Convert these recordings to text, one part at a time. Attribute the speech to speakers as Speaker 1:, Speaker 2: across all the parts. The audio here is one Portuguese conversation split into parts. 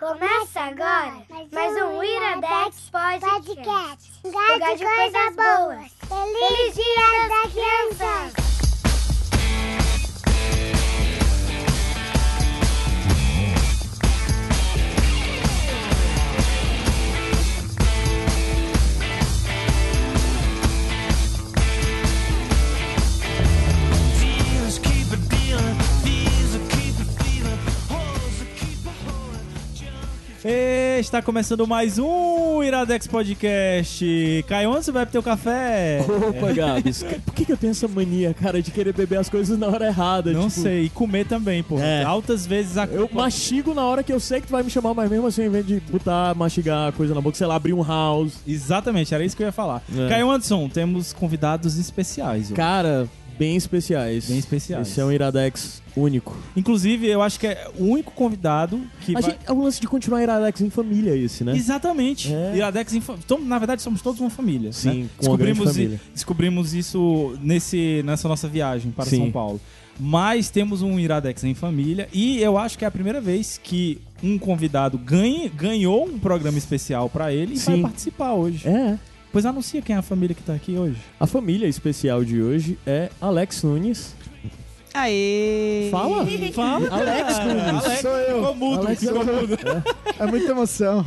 Speaker 1: Começa agora mais um Iradex Podcast.
Speaker 2: Podcast. Lugar de coisas boas. Feliz Dia da Criança.
Speaker 3: Dealers keep a dealing, thieves will keep a thieving, whores will keep a whoring, junkies.
Speaker 4: Está começando mais um Iradex Podcast. Caio, onde você vai pro teu café? É.
Speaker 5: Opa, Gabs, que- por que, que eu tenho essa mania, cara, de querer beber as coisas na hora errada?
Speaker 4: Não
Speaker 5: Tipo,
Speaker 4: sei, e comer também, pô.
Speaker 5: É.
Speaker 4: Altas vezes a
Speaker 5: Eu mastigo na hora que eu sei que tu vai me chamar, mas mesmo assim, ao invés de botar, mastigar a coisa na boca, sei lá, abrir um house.
Speaker 4: Exatamente, era isso que eu ia falar.
Speaker 5: É.
Speaker 4: Caio Anderson, temos convidados especiais. hoje.
Speaker 5: Cara, bem especiais.
Speaker 4: Bem especiais.
Speaker 5: Esse é um Iradex único.
Speaker 4: Inclusive, eu acho que é o único convidado que
Speaker 5: A
Speaker 4: vai...
Speaker 5: gente- é o lance de continuar Iradex em família, esse, né?
Speaker 4: Exatamente.
Speaker 5: É.
Speaker 4: Iradex, em fa- Tom- na verdade, somos todos uma família.
Speaker 5: Sim,
Speaker 4: né?
Speaker 5: com uma grande
Speaker 4: Descobrimos i-
Speaker 5: família.
Speaker 4: Descobrimos isso nesse, nessa nossa viagem para
Speaker 5: Sim.
Speaker 4: São Paulo. Mas temos um Iradex em família e eu acho que é a primeira vez que um convidado ganhe, ganhou um programa especial para ele e vai
Speaker 5: Sim.
Speaker 4: participar hoje.
Speaker 5: É.
Speaker 4: Pois anuncia quem é a família que tá aqui hoje.
Speaker 5: A família especial de hoje é Alex Nunes.
Speaker 6: Aê!
Speaker 5: Fala!
Speaker 4: Fala,
Speaker 5: Alex Nunes.
Speaker 4: Ah, Alex,
Speaker 7: Sou eu.
Speaker 4: ficou mudo,
Speaker 5: Alex
Speaker 4: ficou mudo.
Speaker 7: É muita emoção.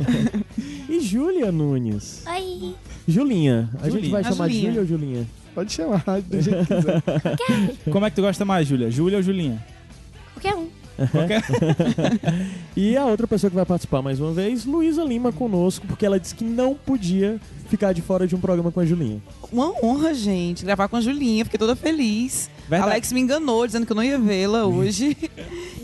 Speaker 5: E Júlia Nunes.
Speaker 1: Oi,
Speaker 5: Julinha. A gente
Speaker 4: Julinha.
Speaker 5: vai
Speaker 6: A
Speaker 5: chamar
Speaker 6: Julinha.
Speaker 5: Júlia ou Julinha?
Speaker 7: Pode chamar do jeito que quiser.
Speaker 4: Como é que tu gosta mais, Júlia? Júlia ou Julinha?
Speaker 1: qualquer um.
Speaker 4: Qualquer-
Speaker 5: E a outra pessoa que vai participar mais uma vez, Luísa Lima conosco, porque ela disse que não podia ficar de fora de um programa com a Julinha.
Speaker 6: Uma honra, gente, gravar com a Julinha, fiquei toda feliz.
Speaker 4: Verdade.
Speaker 6: Alex me enganou, dizendo que eu não ia vê-la hoje.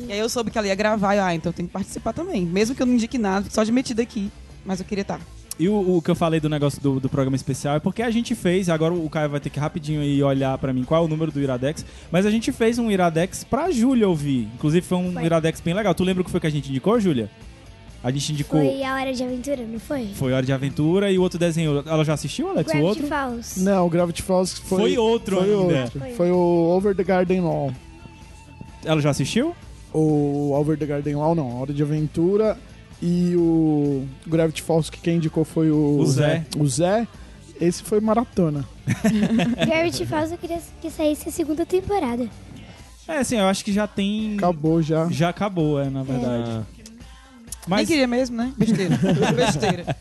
Speaker 6: e aí eu soube que ela ia gravar, e eu, ah, então eu tenho que participar também. Mesmo que eu não indique nada, só de metida aqui. Mas eu queria tá. estar.
Speaker 4: E o, o que eu falei do negócio do, do programa especial é porque a gente fez, agora o Caio vai ter que rapidinho aí olhar pra mim qual é o número do Iradex, mas a gente fez um Iradex pra Júlia ouvir. Inclusive foi um
Speaker 1: Foi.
Speaker 4: Iradex bem legal. Tu lembra o que foi que a gente indicou, Júlia? A gente indicou foi,
Speaker 1: Foi a hora de aventura, não foi?
Speaker 4: Hora de Aventura e o outro desenho. Ela já assistiu, Alex? o outro?
Speaker 1: Gravity Falls.
Speaker 7: Não, o Gravity Falls foi,
Speaker 4: Foi outro
Speaker 7: foi
Speaker 4: ainda.
Speaker 7: outro.
Speaker 1: Foi.
Speaker 7: Foi o Over the Garden Wall.
Speaker 4: Ela já assistiu?
Speaker 7: O Over the Garden Wall não, Hora de Aventura e o Gravity Falls que quem indicou foi o,
Speaker 4: O Zé.
Speaker 7: O Zé. Esse foi maratona.
Speaker 1: Gravity Falls eu queria que saísse a segunda temporada.
Speaker 4: É, assim, eu acho que já tem.
Speaker 7: Acabou já.
Speaker 4: Já acabou, é, na verdade.
Speaker 6: Nem
Speaker 4: Mas
Speaker 6: queria mesmo, né? Besteira. Besteira.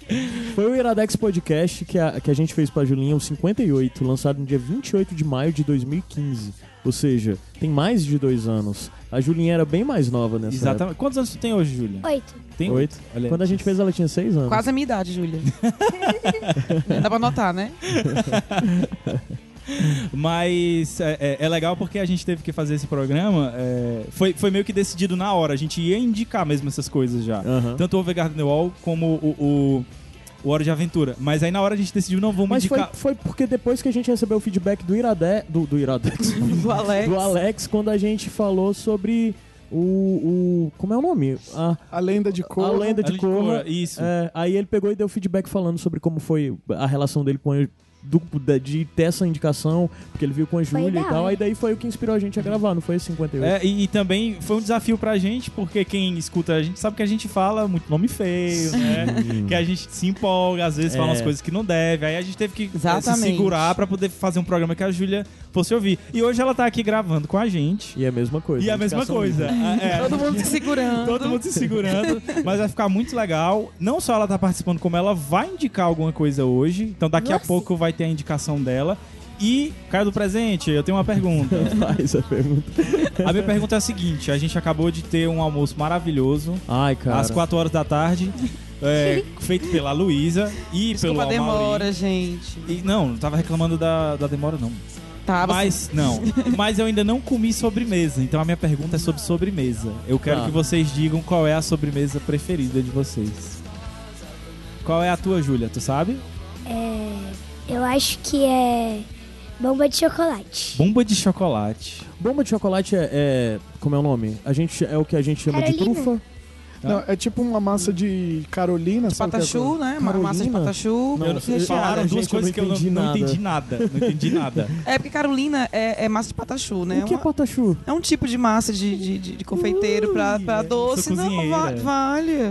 Speaker 5: Foi o Iradex Podcast que a, que a gente fez pra Julinha, o 58, lançado no dia 28 de maio de 2015. Ou seja, tem mais de dois anos. A Julinha era bem mais nova nessa época.
Speaker 4: Exatamente. Quantos anos tu tem hoje, Júlia?
Speaker 1: Oito.
Speaker 4: Tem
Speaker 5: Oito.
Speaker 4: Olha aí.
Speaker 5: Quando a gente fez, ela tinha seis anos.
Speaker 6: Quase a minha idade, Júlia. Dá pra notar, né?
Speaker 4: Mas é, é- é legal porque a gente teve que fazer esse programa. é, foi, foi meio que decidido na hora. A gente ia indicar mesmo essas coisas já.
Speaker 5: Aham.
Speaker 4: Tanto o Over Garden Wall como o, o, o Hora de Aventura. Mas aí na hora a gente decidiu, não, vamos
Speaker 5: Mas foi,
Speaker 4: indicar.
Speaker 5: foi porque depois que a gente recebeu o feedback do Iradex. Do, do Iradex.
Speaker 6: Do Alex.
Speaker 5: do Alex, quando a gente falou sobre o. o- como é o nome? A,
Speaker 7: A lenda de cor.
Speaker 5: a lenda
Speaker 4: A
Speaker 5: de
Speaker 4: gente-
Speaker 5: Korra.
Speaker 4: Isso.
Speaker 5: É, aí ele pegou e deu feedback falando sobre como foi a relação dele com a, do, da- de ter essa indicação, porque ele viu com a Júlia
Speaker 1: da
Speaker 5: e tal.
Speaker 1: hora.
Speaker 5: Aí daí foi o que inspirou a gente a gravar, não foi esse 58?
Speaker 4: É, e, e também foi um desafio pra gente, porque quem escuta a gente sabe que a gente fala muito nome feio, né? Que a gente se empolga, às vezes
Speaker 5: É.
Speaker 4: fala umas coisas que não deve. Aí a gente teve que eh, se
Speaker 6: Exatamente.
Speaker 4: segurar pra poder fazer um programa que a Júlia fosse ouvir. E hoje ela tá aqui gravando com a gente.
Speaker 5: E é a mesma coisa.
Speaker 4: E é a mesma
Speaker 5: indicação
Speaker 4: coisa.
Speaker 5: dele.
Speaker 4: Ah, é.
Speaker 6: Todo mundo se segurando.
Speaker 4: Todo mundo se segurando, mas vai ficar muito legal. Não só ela tá participando, como ela vai indicar alguma coisa hoje. Então daqui a
Speaker 1: Nossa.
Speaker 4: pouco vai ter a indicação dela. E, cara do presente, eu tenho uma pergunta.
Speaker 5: Faz
Speaker 4: é
Speaker 5: a pergunta.
Speaker 4: A minha pergunta é a seguinte: a gente acabou de ter um almoço maravilhoso,
Speaker 5: Ai, cara.
Speaker 4: às 4 horas da tarde, é, feito pela Luísa e
Speaker 6: Desculpa a
Speaker 4: pelo Amaury.
Speaker 6: demora, gente.
Speaker 4: E, não, não tava reclamando da, da demora, não.
Speaker 6: Tá, você-
Speaker 4: Mas não. Mas eu ainda não comi sobremesa. Então a minha pergunta é sobre sobremesa. Eu quero
Speaker 5: Tá.
Speaker 4: que vocês digam qual é a sobremesa preferida de vocês. Qual é a tua, Júlia? Tu sabe?
Speaker 1: É, eu acho que é bomba de chocolate.
Speaker 4: Bomba de chocolate.
Speaker 5: Bomba de chocolate é, é- Como é o nome? A gente, é o que a gente chama de
Speaker 1: Carolina.
Speaker 5: trufa.
Speaker 7: Não, é tipo uma massa de Carolina, sabe? aquela
Speaker 6: Patachu,
Speaker 7: coisa?
Speaker 6: né? Ma- Massa de
Speaker 5: Carolina?
Speaker 6: patachu.
Speaker 5: Não,
Speaker 4: Eu não-
Speaker 5: recheada,
Speaker 4: falaram duas
Speaker 5: gente, eu
Speaker 4: coisas
Speaker 5: não
Speaker 4: que eu não,
Speaker 5: entendi
Speaker 4: não
Speaker 5: nada.
Speaker 4: entendi nada. Não entendi nada.
Speaker 6: É porque Carolina é, é massa de patachu, né?
Speaker 5: o que é
Speaker 6: Uma-
Speaker 5: patachu?
Speaker 6: É um tipo de massa de, de, de- de confeiteiro pra,
Speaker 4: Ui,
Speaker 6: pra
Speaker 4: eu
Speaker 6: doce.
Speaker 4: sou
Speaker 6: Não,
Speaker 4: cozinheira.
Speaker 6: va- vale. É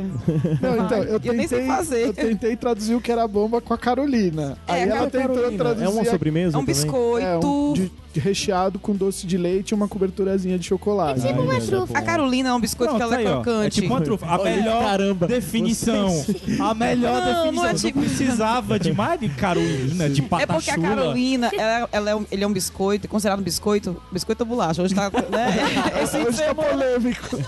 Speaker 7: Não, então, eu,
Speaker 6: Eu nem sei
Speaker 7: tentei-
Speaker 6: fazer.
Speaker 7: Eu tentei traduzir o que era bomba com a Carolina.
Speaker 6: É,
Speaker 7: Aí
Speaker 6: a
Speaker 7: ela tentou
Speaker 5: Carolina,
Speaker 7: traduzir
Speaker 5: é uma
Speaker 7: a-
Speaker 5: sobremesa
Speaker 6: É um
Speaker 5: também?
Speaker 6: biscoito.
Speaker 7: É, um de- de recheado com doce de leite e uma coberturazinha de chocolate.
Speaker 1: tipo uma
Speaker 5: mas é
Speaker 1: trufa.
Speaker 5: bom.
Speaker 6: A Carolina é um biscoito
Speaker 4: Pronto,
Speaker 6: que ela
Speaker 4: tá
Speaker 6: é
Speaker 4: aí, ó.
Speaker 6: crocante.
Speaker 4: É tipo uma trufa. A
Speaker 5: Olha,
Speaker 4: melhor
Speaker 5: caramba,
Speaker 4: definição. A melhor
Speaker 6: Não,
Speaker 4: definição.
Speaker 6: não é
Speaker 4: Não
Speaker 6: tipo-
Speaker 4: precisava de mais de Carolina, de
Speaker 6: É
Speaker 4: patachula.
Speaker 6: porque a Carolina, ela, ela é um, ele é um biscoito, é considerado um biscoito, biscoito ou bolacha. Hoje tá, né? Esse
Speaker 7: Hoje tá polêmico.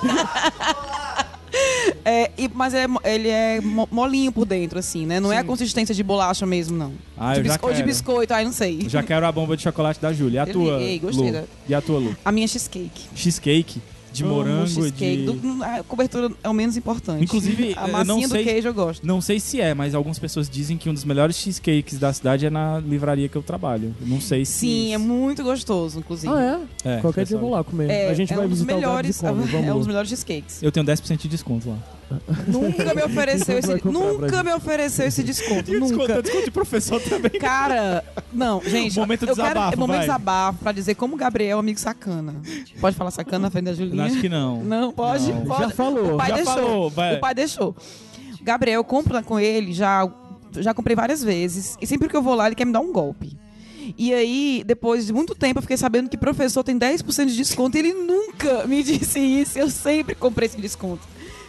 Speaker 6: É, e- mas é, mo- ele é mo- molinho por dentro, assim, né? Não é a consistência de bolacha mesmo, não.
Speaker 4: Ah,
Speaker 6: de
Speaker 4: eu já
Speaker 6: bisco- ou de
Speaker 4: quero.
Speaker 6: biscoito, ai, não sei.
Speaker 4: Já quero a bomba de chocolate da Júlia. E a
Speaker 6: Eu
Speaker 4: tua,
Speaker 6: liguei, gostei
Speaker 4: Lu?
Speaker 6: da-
Speaker 4: E a tua, Lu?
Speaker 6: A minha é cheesecake.
Speaker 4: Cheesecake de
Speaker 6: Amo
Speaker 4: morango,
Speaker 6: cheesecake.
Speaker 4: de...
Speaker 6: Do- a cobertura é o menos importante.
Speaker 4: Inclusive,
Speaker 6: a
Speaker 4: eu
Speaker 6: massinha
Speaker 4: não sei-
Speaker 6: do queijo eu gosto.
Speaker 4: Não sei se é, mas algumas pessoas dizem que um dos melhores cheesecakes da cidade é na livraria que eu trabalho. Eu Não sei se...
Speaker 6: Sim, é muito gostoso, inclusive.
Speaker 5: Ah, é?
Speaker 4: É,
Speaker 5: Qualquer dia eu
Speaker 4: pessoal.
Speaker 5: vou lá comer.
Speaker 6: É,
Speaker 5: a gente
Speaker 6: é
Speaker 5: vai
Speaker 6: um dos
Speaker 5: visitar
Speaker 6: melhores,
Speaker 5: o lugar de come,
Speaker 6: é um
Speaker 5: vamos
Speaker 6: dos melhores cheesecakes.
Speaker 4: Eu tenho 10% de desconto lá.
Speaker 6: Nunca me ofereceu
Speaker 5: Então tu vai
Speaker 6: esse,
Speaker 5: comprar pra
Speaker 6: nunca
Speaker 5: gente.
Speaker 6: me ofereceu esse desconto,
Speaker 4: Desconto, é
Speaker 6: nunca.
Speaker 4: desconto de professor também.
Speaker 6: Cara, não, gente,
Speaker 4: Momento
Speaker 6: eu quero
Speaker 4: desabafo,
Speaker 6: é momento
Speaker 4: vai.
Speaker 6: desabafo pra dizer como o Gabriel é um amigo sacana. Pode falar sacana na frente da
Speaker 4: Eu
Speaker 6: Julinha?
Speaker 4: acho que não.
Speaker 6: Não, pode,
Speaker 4: Não.
Speaker 6: pode.
Speaker 5: Já falou.
Speaker 6: O pai
Speaker 4: Já
Speaker 6: deixou.
Speaker 4: falou, vai.
Speaker 6: O pai deixou. Gabriel, eu compro lá com ele, já, já comprei várias vezes. E sempre que eu vou lá, ele quer me dar um golpe. E aí, depois de muito tempo, eu fiquei sabendo que professor tem 10% de desconto e ele nunca me disse isso. Eu sempre comprei esse desconto.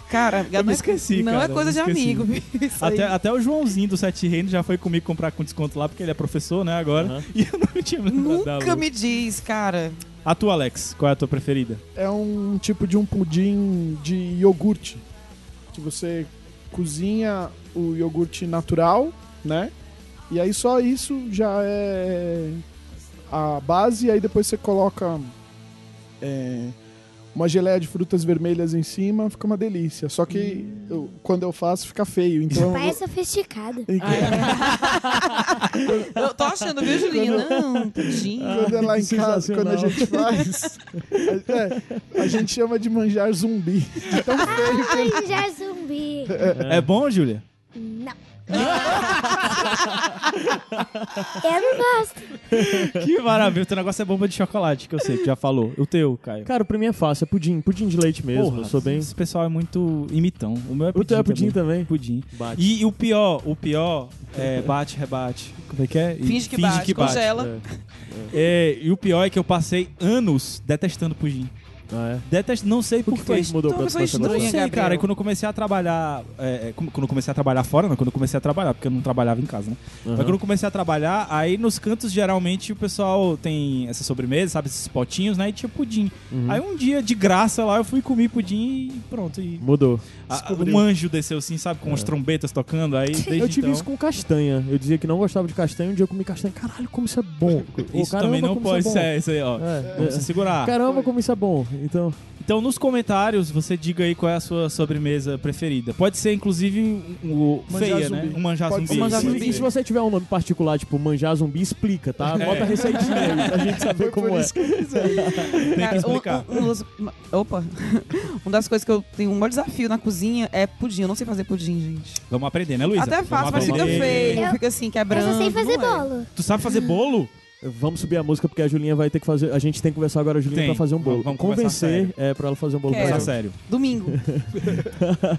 Speaker 6: Cara,
Speaker 4: Eu
Speaker 6: não
Speaker 4: me
Speaker 6: é-
Speaker 4: esqueci,
Speaker 6: Não
Speaker 4: cara,
Speaker 6: é coisa
Speaker 4: eu
Speaker 6: de
Speaker 4: me esqueci.
Speaker 6: amigo. viu? Isso aí.
Speaker 4: Até, até o Joãozinho do Sete Reinos já foi comigo comprar com desconto lá, porque ele é professor, né, agora.
Speaker 5: Aham.
Speaker 4: E eu não tinha me lembrado da
Speaker 6: Nunca
Speaker 4: Lu.
Speaker 6: me diz, cara.
Speaker 4: A tua, Alex, qual é a tua preferida?
Speaker 7: É um tipo de um pudim de iogurte. Que você cozinha o iogurte natural, né? E aí só isso já é a base. E aí depois você coloca é, uma geleia de frutas vermelhas em cima. Fica uma delícia. Só que eu- quando eu faço fica feio. Então...
Speaker 1: Pai é sofisticado.
Speaker 7: Ah, é.
Speaker 6: Eu tô achando, viu, Julinha? Não, pudim.
Speaker 4: Ah.
Speaker 7: Quando é lá em
Speaker 5: que
Speaker 7: casa, quando a
Speaker 5: sensacional.
Speaker 7: gente faz, é, a gente chama de manjar zumbi. De tão feio que ele
Speaker 1: Já zumbi.
Speaker 4: É, bom, Júlia?
Speaker 1: Não. Eu não gosto.
Speaker 4: Que maravilha. O teu negócio é bomba de chocolate, que eu sei, que já falou. O teu, Caio.
Speaker 5: Cara, pra mim é fácil. É pudim. Pudim de leite mesmo. eu sou bem...
Speaker 4: Esse pessoal é muito imitão. O meu é
Speaker 5: O
Speaker 4: pudim.
Speaker 5: teu é pudim também?
Speaker 4: Pudim.
Speaker 5: Bate.
Speaker 4: E, e o pior, o pior é bate, rebate. Como é que é? E
Speaker 6: Finge que bate, congela.
Speaker 4: É, e o pior é que eu passei anos detestando pudim.
Speaker 5: Ah, é?
Speaker 4: Detest... Não sei
Speaker 5: O
Speaker 4: por
Speaker 5: que
Speaker 4: quê.
Speaker 5: foi que mudou
Speaker 6: Então,
Speaker 5: pra
Speaker 6: pessoa
Speaker 5: você
Speaker 4: Não
Speaker 6: estranha.
Speaker 5: gostar?
Speaker 4: sei,
Speaker 6: Gabriel?
Speaker 4: cara. E quando eu comecei a trabalhar. é, é, como- quando eu comecei a trabalhar fora, não, quando eu comecei a trabalhar, porque eu não trabalhava em casa, né?
Speaker 5: Aham.
Speaker 4: Mas quando eu comecei a trabalhar, aí nos cantos geralmente o pessoal tem essa sobremesa, sabe? Esses potinhos, né? E tinha pudim.
Speaker 5: Uhum.
Speaker 4: Aí um dia, de graça lá, eu fui comer pudim e pronto. E
Speaker 5: Mudou.
Speaker 4: a-
Speaker 7: descobriu.
Speaker 4: um anjo desceu assim, sabe? Com as trombetas tocando. Aí desde
Speaker 5: eu tive
Speaker 4: então,
Speaker 5: isso com castanha. Eu dizia que não gostava de castanha. Um dia eu comi castanha. Caralho, como isso é bom. Ô,
Speaker 4: Isso
Speaker 5: caramba,
Speaker 4: também não
Speaker 5: como
Speaker 4: pode
Speaker 5: isso
Speaker 4: ser,
Speaker 5: é bom.
Speaker 4: isso aí, ó.
Speaker 5: É,
Speaker 4: Vamos
Speaker 5: é.
Speaker 4: se segurar.
Speaker 5: Caramba, como isso é bom. Então,
Speaker 4: Então, nos comentários, você diga aí qual é a sua sobremesa preferida. Pode ser, inclusive, um, um
Speaker 7: Manjar
Speaker 4: feia,
Speaker 7: zumbi.
Speaker 4: né? Um manjar
Speaker 7: Pode
Speaker 4: zumbi.
Speaker 7: ser. Um manjar
Speaker 5: se-
Speaker 7: zumbi.
Speaker 5: e se você tiver um nome particular, tipo manjar zumbi, explica, tá?
Speaker 4: É.
Speaker 5: Bota a receitinha aí pra gente saber
Speaker 7: Foi
Speaker 5: como
Speaker 7: por
Speaker 5: é.
Speaker 7: isso que eu fiz. é.
Speaker 4: Tem que
Speaker 6: Cara, um-
Speaker 4: explicar.
Speaker 6: um- um dos- uma- opa! Uma das coisas que eu tenho um maior desafio na cozinha é pudim. Eu não sei fazer pudim, gente.
Speaker 4: Vamos aprender, né, Luísa?
Speaker 6: Até
Speaker 4: Vamos
Speaker 6: faço, mas fica
Speaker 4: aprender.
Speaker 6: feio.
Speaker 1: Eu-
Speaker 6: Fica assim,
Speaker 1: Eu
Speaker 6: quebrando.
Speaker 1: só sei fazer
Speaker 6: não é.
Speaker 1: bolo.
Speaker 4: Tu sabe fazer bolo?
Speaker 5: Vamos subir a música porque a Julinha vai ter que fazer. A gente tem que conversar agora a Julinha
Speaker 4: Tem.
Speaker 5: pra fazer um bolo.
Speaker 4: Vamos- vamos conversar
Speaker 5: Convencer é, pra ela fazer um bolo
Speaker 6: Quero.
Speaker 5: pra
Speaker 4: Fala
Speaker 5: gente.
Speaker 4: sério.
Speaker 6: Domingo.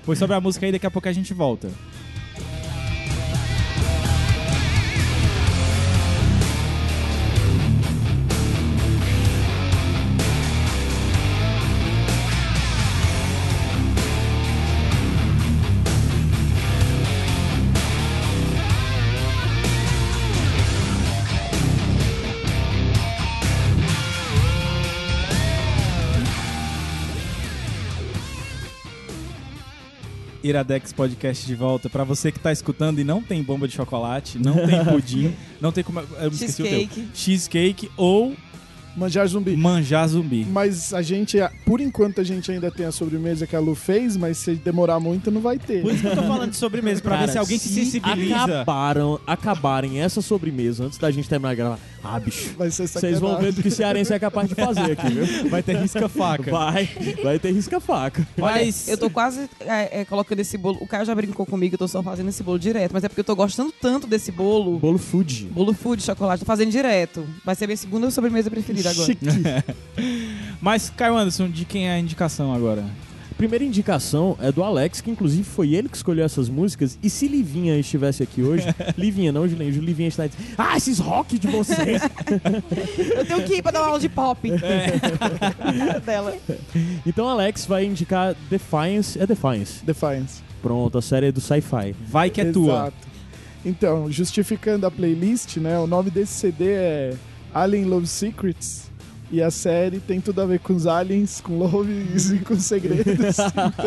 Speaker 4: Pois sobre a música aí, daqui a pouco a gente volta. Iradex Podcast de volta. Pra você que tá escutando e não tem bomba de chocolate, não tem pudim, não tem como. Eu me esqueci o teu.
Speaker 6: Cheesecake.
Speaker 4: Cheesecake ou
Speaker 7: Manjar zumbi.
Speaker 4: Manjar zumbi.
Speaker 7: Mas a gente, por enquanto, a gente ainda tem a sobremesa que a Lu fez, mas se demorar muito, não vai ter.
Speaker 4: Por isso que eu tô falando de sobremesa, pra
Speaker 5: Cara,
Speaker 4: ver se alguém se sensibiliza.
Speaker 5: Acabaram, acabarem essa sobremesa antes da gente terminar de gravar. Ah, bicho.
Speaker 7: Vai ser
Speaker 5: Vocês vão ver
Speaker 7: sacanagem.
Speaker 5: do que cearense é capaz de fazer aqui, viu?
Speaker 4: Vai ter risca-faca.
Speaker 5: Vai, vai ter risca-faca.
Speaker 4: Mas
Speaker 6: Eu tô quase é, é, colocando esse bolo. O Caio já brincou comigo, eu tô só fazendo esse bolo direto. Mas é porque eu tô gostando tanto desse bolo.
Speaker 5: Bolo food.
Speaker 6: Bolo food, chocolate, tô fazendo direto. Vai ser minha segunda sobremesa preferida agora.
Speaker 4: Mas, Caio Anderson, de quem é a indicação agora?
Speaker 5: Primeira indicação é do Alex, que inclusive foi ele que escolheu essas músicas. E se Livinha estivesse aqui hoje, Livinha não, Julinho, Livinha está dizendo, ah, esses rock de vocês.
Speaker 6: Eu tenho que ir pra dar uma aula de pop.
Speaker 4: É.
Speaker 6: É dela.
Speaker 5: então Alex vai indicar Defiance, é Defiance.
Speaker 7: Defiance.
Speaker 5: Pronto, a série é do sci-fi.
Speaker 4: Vai que é tua.
Speaker 7: Exato. Então, justificando a playlist, né? O nome desse CD é Alien Love Secrets. E a série tem tudo a ver com os aliens, com loves e com segredos.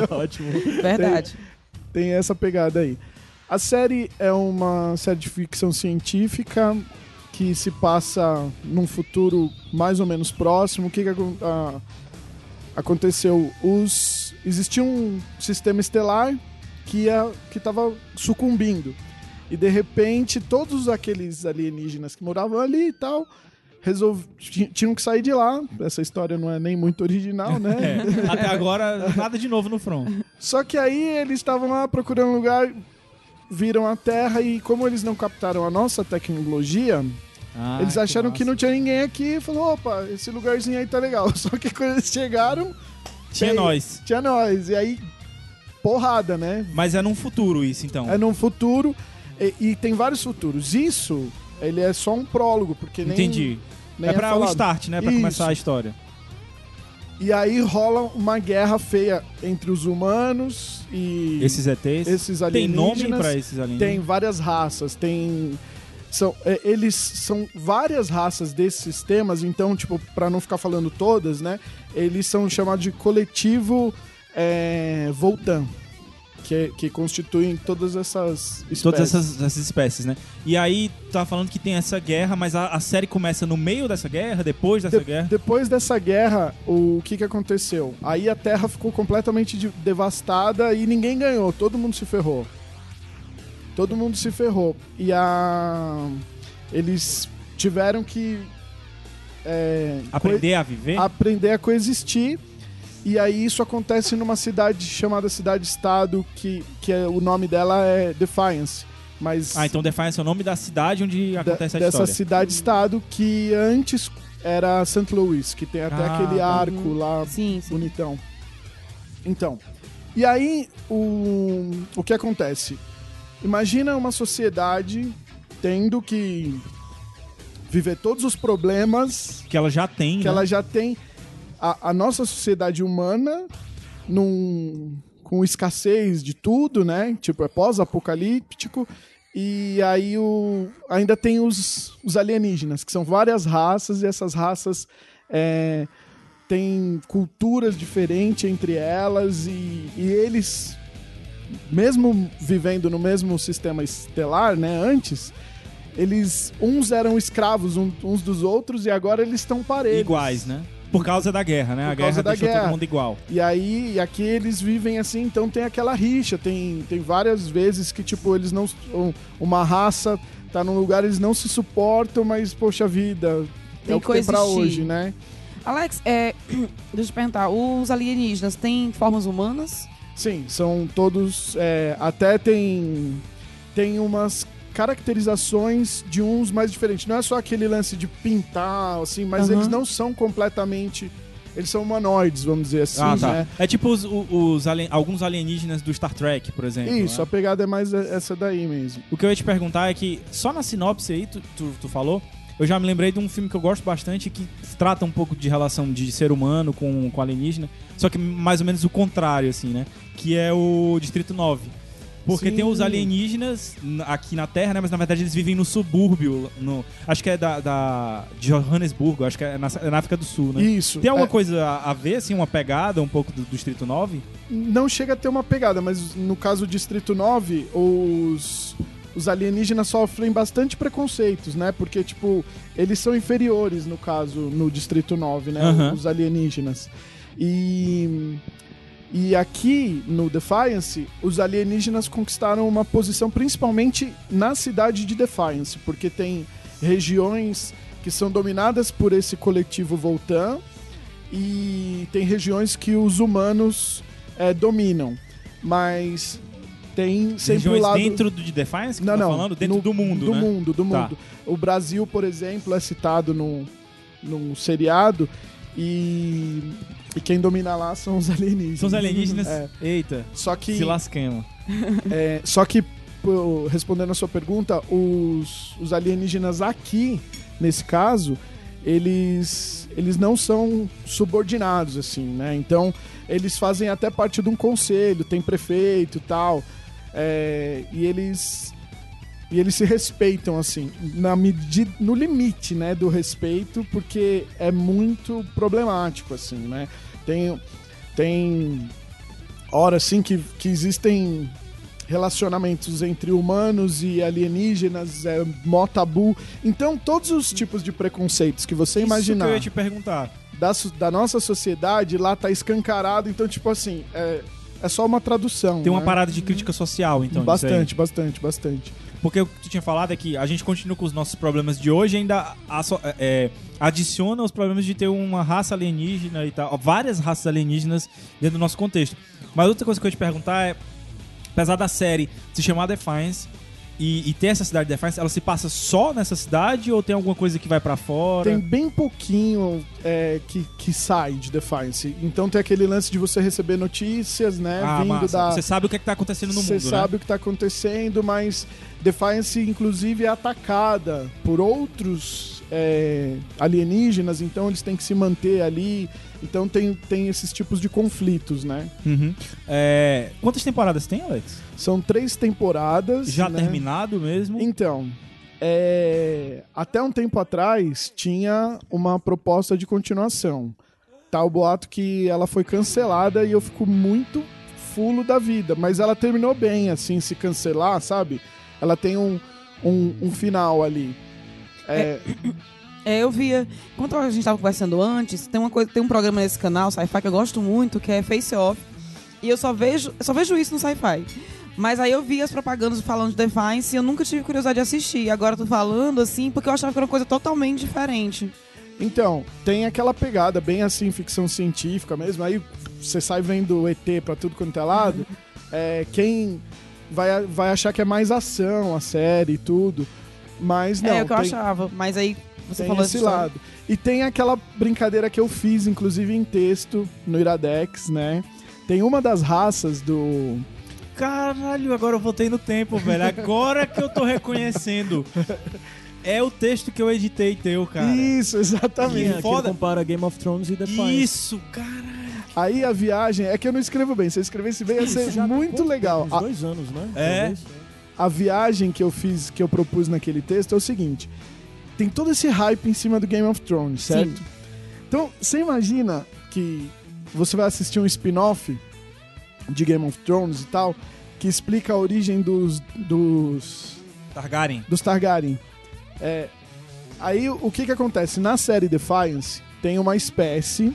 Speaker 5: Ótimo.
Speaker 6: Verdade.
Speaker 7: tem essa pegada aí. A série é uma série de ficção científica que se passa num futuro mais ou menos próximo. O que, que acon- a- aconteceu? Os existia um sistema estelar que ia que estava sucumbindo e de repente todos aqueles alienígenas que moravam ali e tal resolv... ti- tinham que sair de lá. Essa história não é nem muito original, né?
Speaker 4: É, Até agora, nada de novo no front.
Speaker 7: Só que aí eles estavam lá procurando um lugar, viram a Terra e como eles não captaram a nossa tecnologia,
Speaker 4: Ah,
Speaker 7: eles acharam que,
Speaker 4: massa.
Speaker 7: não tinha ninguém aqui e falou, opa, esse lugarzinho aí tá legal. Só que quando eles chegaram,
Speaker 4: Tinha
Speaker 7: Tem-
Speaker 4: nós.
Speaker 7: tinha nós. E aí, porrada, né?
Speaker 4: Mas é num futuro isso, então.
Speaker 7: É num futuro, e, e tem vários futuros. Isso, ele é só um prólogo, porque nem...
Speaker 4: Entendi.
Speaker 7: nem
Speaker 4: é pra o
Speaker 7: falado.
Speaker 4: start, né? Pra
Speaker 7: Isso.
Speaker 4: começar a história.
Speaker 7: E aí rola uma guerra feia entre os humanos e...
Speaker 4: Esses ETs.
Speaker 7: Esses
Speaker 4: Tem
Speaker 7: alienígenas.
Speaker 4: nome pra esses alienígenas?
Speaker 7: Tem várias raças, tem. São, é, eles são várias raças desses sistemas, então, tipo, pra não ficar falando todas, né? Eles são chamados de coletivo é, Voltan, que, é, que constituem todas essas espécies.
Speaker 4: Todas essas, essas espécies, né? E aí, tá falando que tem essa guerra, mas a, a série começa no meio dessa guerra, depois dessa
Speaker 7: De-
Speaker 4: guerra.
Speaker 7: Depois dessa guerra, o que, que aconteceu? Aí a Terra ficou completamente de- devastada e ninguém ganhou, todo mundo se ferrou. Todo mundo se ferrou. E a... eles tiveram que é,
Speaker 4: Aprender a viver.
Speaker 7: co- aprender a coexistir. E aí isso acontece numa cidade chamada Cidade-Estado, que, que é- o nome dela é Defiance. Mas
Speaker 4: Ah, então Defiance é o nome da cidade onde
Speaker 7: da-
Speaker 4: acontece a
Speaker 7: dessa
Speaker 4: história.
Speaker 7: cidade-estado que antes era St. Louis, que tem até
Speaker 4: Ah,
Speaker 7: aquele
Speaker 4: tá.
Speaker 7: arco lá
Speaker 6: Sim, sim.
Speaker 7: bonitão. Então, e aí o, o que acontece? Imagina uma sociedade tendo que viver todos os problemas
Speaker 4: Que ela já tem,
Speaker 7: que
Speaker 4: né?
Speaker 7: ela já tem a, a nossa sociedade humana num, com escassez de tudo, né? Tipo, é pós-apocalíptico. E aí o, ainda tem os, os alienígenas, que são várias raças, e essas raças é, têm culturas diferentes entre elas, e, e eles, mesmo vivendo no mesmo sistema estelar, né, antes, eles uns eram escravos um- uns dos outros e agora eles estão parelhos.
Speaker 4: Iguais, né? Por causa da guerra, né?
Speaker 7: Por
Speaker 4: a
Speaker 7: causa
Speaker 4: guerra
Speaker 7: da
Speaker 4: deixou
Speaker 7: guerra.
Speaker 4: todo mundo igual.
Speaker 7: E aí, e aqui eles vivem assim, então tem aquela rixa, tem, tem várias vezes que, tipo, eles não. um- Uma raça tá num lugar, eles não se suportam, mas, poxa vida,
Speaker 6: Tem
Speaker 7: é o que tem pra
Speaker 6: coexistir.
Speaker 7: hoje, né?
Speaker 6: Alex, é, deixa eu te perguntar, os alienígenas têm formas humanas?
Speaker 7: Sim, são todos. é, até tem. Tem umas caracterizações de uns mais diferentes. Não é só aquele lance de pintar, assim, mas
Speaker 6: Aham.
Speaker 7: eles não são completamente. Eles são humanoides, vamos dizer assim,
Speaker 4: ah, tá.
Speaker 7: né?
Speaker 4: É tipo os, o- os alien- alguns alienígenas do Star Trek, por exemplo.
Speaker 7: Isso,
Speaker 4: né?
Speaker 7: a pegada é mais e- essa daí mesmo.
Speaker 4: O que eu ia te perguntar é que, só na sinopse aí, tu, tu, tu falou, eu já me lembrei de um filme que eu gosto bastante que trata um pouco de relação de ser humano com, com alienígena, só que mais ou menos o contrário, assim, né? Que é o Distrito 9. Porque
Speaker 7: Sim.
Speaker 4: tem os alienígenas n- aqui na Terra, né? Mas na verdade eles vivem no subúrbio, no, acho que é da, da- de Johannesburgo, acho que é na, é na África do Sul, né?
Speaker 7: Isso.
Speaker 4: Tem alguma
Speaker 7: é,
Speaker 4: coisa a, a ver, assim, uma pegada um pouco do, do Distrito 9?
Speaker 7: não chega a ter uma pegada, mas no caso do Distrito 9, os, os alienígenas sofrem bastante preconceitos, né? Porque, tipo, eles são inferiores, no caso, no Distrito 9, né?
Speaker 4: Aham.
Speaker 7: Os alienígenas. E. E aqui no Defiance, os alienígenas conquistaram uma posição principalmente na cidade de Defiance, porque tem regiões que são dominadas por esse coletivo Voltan e tem regiões que os humanos eh, dominam. Mas tem sempre o
Speaker 4: Regiões
Speaker 7: lado.
Speaker 4: dentro do de Defiance que
Speaker 7: Não,
Speaker 4: tu tá
Speaker 7: não.
Speaker 4: falando? Dentro
Speaker 7: no-
Speaker 4: do mundo,
Speaker 7: Do
Speaker 4: né?
Speaker 7: mundo,
Speaker 4: Tá.
Speaker 7: do mundo. O Brasil, por exemplo, é citado num, num seriado e, e quem domina lá são os alienígenas.
Speaker 4: São os alienígenas.
Speaker 7: É.
Speaker 4: Eita,
Speaker 7: Só que,
Speaker 4: se lasquemos.
Speaker 7: é, só que pô, respondendo a sua pergunta, os, os alienígenas aqui, nesse caso, eles, eles não são subordinados, assim, né? Então, eles fazem até parte de um conselho, tem prefeito e tal. é, e eles. E eles se respeitam, assim, na medida, no limite, né, do respeito, porque é muito problemático, assim, né? Tem, tem hora, assim, que, que existem relacionamentos entre humanos e alienígenas, é mó tabu. Então, todos os tipos de preconceitos que você
Speaker 4: Isso
Speaker 7: imaginar
Speaker 4: que eu ia te perguntar.
Speaker 7: da, so- da nossa sociedade lá tá escancarado. Então, tipo assim, é, é só uma tradução.
Speaker 4: Tem uma
Speaker 7: né?
Speaker 4: parada de crítica social, então. disso aí.
Speaker 7: Bastante, bastante, bastante.
Speaker 4: Porque o que tu tinha falado é que a gente continua com os nossos problemas de hoje e ainda asso- é, adiciona os problemas de ter uma raça alienígena e tal, várias raças alienígenas dentro do nosso contexto. Mas outra coisa que eu ia te perguntar é, apesar da série se chamar Defiance e, e ter essa cidade de Defiance, ela se passa só nessa cidade ou tem alguma coisa que vai pra fora?
Speaker 7: Tem né, bem pouquinho é, que, que sai de Defiance. Então tem aquele lance de você receber notícias, né?
Speaker 4: ah,
Speaker 7: vindo
Speaker 4: massa.
Speaker 7: da.
Speaker 4: Você sabe o que, é que tá acontecendo no
Speaker 7: Você
Speaker 4: mundo,
Speaker 7: sabe o que tá acontecendo, mas Defiance, inclusive, é atacada por outros é, alienígenas, então eles têm que se manter ali. Então tem, tem esses tipos de conflitos, né?
Speaker 4: né? Uhum. É, quantas temporadas tem, Alex?
Speaker 7: São três temporadas.
Speaker 4: Já
Speaker 7: né?
Speaker 4: terminado mesmo?
Speaker 7: Então, é, até um tempo atrás tinha uma proposta de continuação. Tá o boato que ela foi cancelada e eu fico muito fulo da vida. Mas ela terminou bem, assim, se cancelar, sabe? Ela tem um, um, um final ali. É,
Speaker 6: É, eu via. Enquanto a gente tava conversando antes, tem uma coisa, tem um programa nesse canal, Sci-Fi, que eu gosto muito, que é Face Off. E eu só vejo, eu só vejo isso no Sci-Fi. Mas aí eu vi as propagandas falando de Defiance e eu nunca tive curiosidade de assistir. E Agora eu tô falando assim, porque eu achava que era uma coisa totalmente diferente.
Speaker 7: Então, tem aquela pegada bem assim, ficção científica mesmo. Aí você sai vendo ET pra tudo quanto é lado. É, quem vai, vai achar que é mais ação a série e tudo. Mas não,
Speaker 6: é o que eu
Speaker 7: tem,
Speaker 6: achava. Mas aí você
Speaker 7: tem
Speaker 6: falou
Speaker 7: esse
Speaker 6: essa história.
Speaker 7: lado. E tem aquela brincadeira que eu fiz, inclusive em texto, no Iradex, né? Tem uma das raças do.
Speaker 4: Caralho, agora eu voltei no tempo, velho. Agora que eu tô reconhecendo. É o texto que eu editei teu, cara.
Speaker 7: Isso,
Speaker 5: Também,
Speaker 7: exatamente.
Speaker 5: aqui
Speaker 4: foda.
Speaker 5: compara Game of Thrones e Defiance.
Speaker 4: Isso, cara.
Speaker 7: Aí a viagem. É que eu não escrevo bem. Se eu escrevesse bem, ia
Speaker 5: é
Speaker 7: ser muito legal.
Speaker 5: Uns
Speaker 7: A-
Speaker 5: tá dois anos, né?
Speaker 4: É.
Speaker 5: Talvez.
Speaker 7: a viagem que eu fiz, que eu propus naquele texto é o seguinte: tem todo esse hype em cima do Game of Thrones, certo? Então, você imagina que você vai assistir um spin-off de Game of Thrones e tal, que explica a origem dos dos,
Speaker 4: Targaryen.
Speaker 7: dos Targaryen. É, aí o que que acontece? Na série Defiance tem uma espécie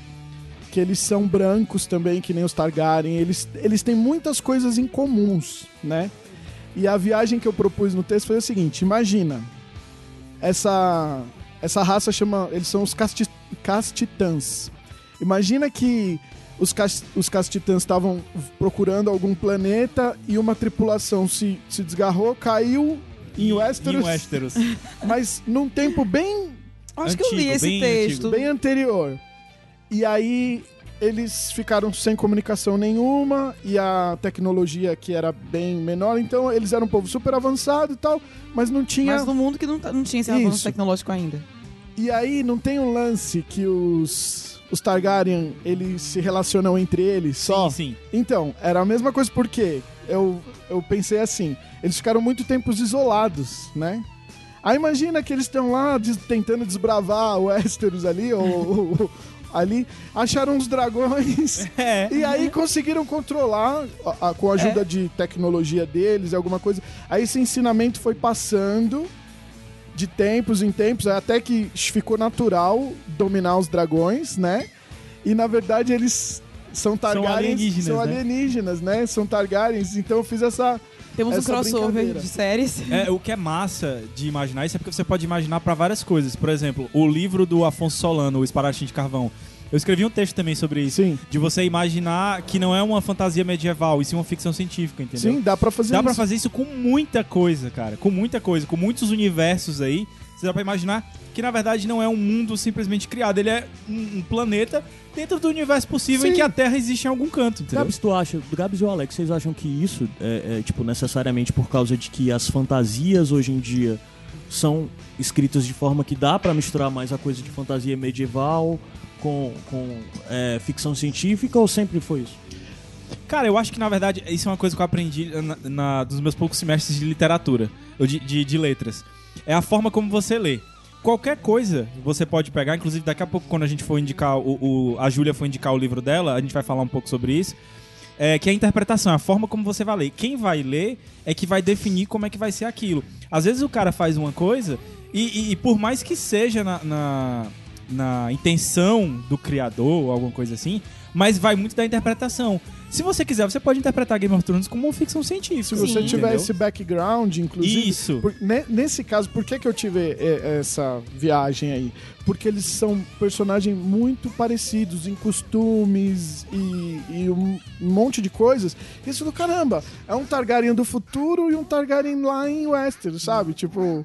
Speaker 7: que eles são brancos também, que nem os Targaryen. Eles, eles têm muitas coisas em comuns, né? E a viagem que eu propus no texto foi o seguinte: imagina, essa, essa raça chama. Eles são os casti, Castitãs. Imagina que os, cas- os Castitãs estavam procurando algum planeta e uma tripulação se, se desgarrou, caiu em Westeros,
Speaker 4: Em Westeros.
Speaker 7: mas num tempo bem
Speaker 6: Acho que eu li
Speaker 4: Antigo,
Speaker 6: esse
Speaker 4: bem
Speaker 6: texto.
Speaker 4: antigo.
Speaker 7: Bem anterior. E aí eles ficaram sem comunicação nenhuma e a tecnologia que era bem menor, então eles eram um povo super avançado e tal, mas não tinha.
Speaker 6: Mas no mundo que não, tá- não tinha esse
Speaker 7: Isso.
Speaker 6: avanço tecnológico ainda.
Speaker 7: E aí não tem um lance que os os Targaryen eles se relacionam entre eles só.
Speaker 4: Sim, sim.
Speaker 7: Então era a mesma coisa porque eu eu pensei assim, eles ficaram muito tempos isolados, né? Aí imagina que eles estão lá des- tentando desbravar o Westeros ali, ou, ou- Ali acharam uns dragões
Speaker 4: É.
Speaker 7: e aí conseguiram controlar a- a- com a ajuda de tecnologia deles, alguma coisa. Aí esse ensinamento foi passando de tempos em tempos, até que ficou natural dominar os dragões, né? E na verdade eles são Targaryens,
Speaker 4: alienígenas,
Speaker 7: são
Speaker 4: né?
Speaker 7: alienígenas, né? São Targaryens. Então eu fiz essa
Speaker 6: Temos um
Speaker 7: Essa
Speaker 6: crossover
Speaker 7: brincadeira.
Speaker 6: de séries.
Speaker 4: É, o que é massa de imaginar isso é porque você pode imaginar pra várias coisas. Por exemplo, o livro do Afonso Solano, O Esparachim de Carvão. Eu escrevi um texto também sobre isso.
Speaker 7: Sim.
Speaker 4: De você imaginar que não é uma fantasia medieval, e sim uma ficção científica, entendeu?
Speaker 7: Sim, dá pra fazer
Speaker 4: Dá
Speaker 7: isso.
Speaker 4: pra fazer isso com muita coisa, cara. Com muita coisa, com muitos universos aí. Você dá pra imaginar que, na verdade, não é um mundo simplesmente criado. Ele é um, um planeta dentro do universo possível em
Speaker 7: Sim.
Speaker 4: que a Terra existe em algum canto, entendeu?
Speaker 5: Gabs, tu acha, Gabs e o Alex, vocês acham que isso é, é, tipo, necessariamente por causa de que as fantasias hoje em dia são escritas de forma que dá pra misturar mais a coisa de fantasia medieval com, com é, ficção científica ou sempre foi isso?
Speaker 4: Cara, eu acho que na verdade isso é uma coisa que eu aprendi na, na- dos meus poucos semestres de literatura, ou de, de, de letras. É a forma como você lê. Qualquer coisa você pode pegar, inclusive daqui a pouco, quando a gente for indicar, o, o- a Júlia for indicar o livro dela, a gente vai falar um pouco sobre isso. É, que é a interpretação, é a forma como você vai ler. Quem vai ler é que vai definir como é que vai ser aquilo. Às vezes o cara faz uma coisa e, e- e por mais que seja na- na, na intenção do criador ou alguma coisa assim, mas vai muito da interpretação. Se você quiser, você pode interpretar Game of Thrones como uma ficção científica.
Speaker 7: Se você
Speaker 4: Sim.
Speaker 7: tiver
Speaker 4: entendeu?
Speaker 7: esse background, inclusive.
Speaker 4: Isso.
Speaker 7: por- ne- nesse caso, por que, que eu tive eh, essa viagem aí? Porque eles são personagens muito parecidos em costumes e, e um monte de coisas. Isso do caramba, é um Targaryen do futuro e um Targaryen lá em Westeros, sabe? Tipo.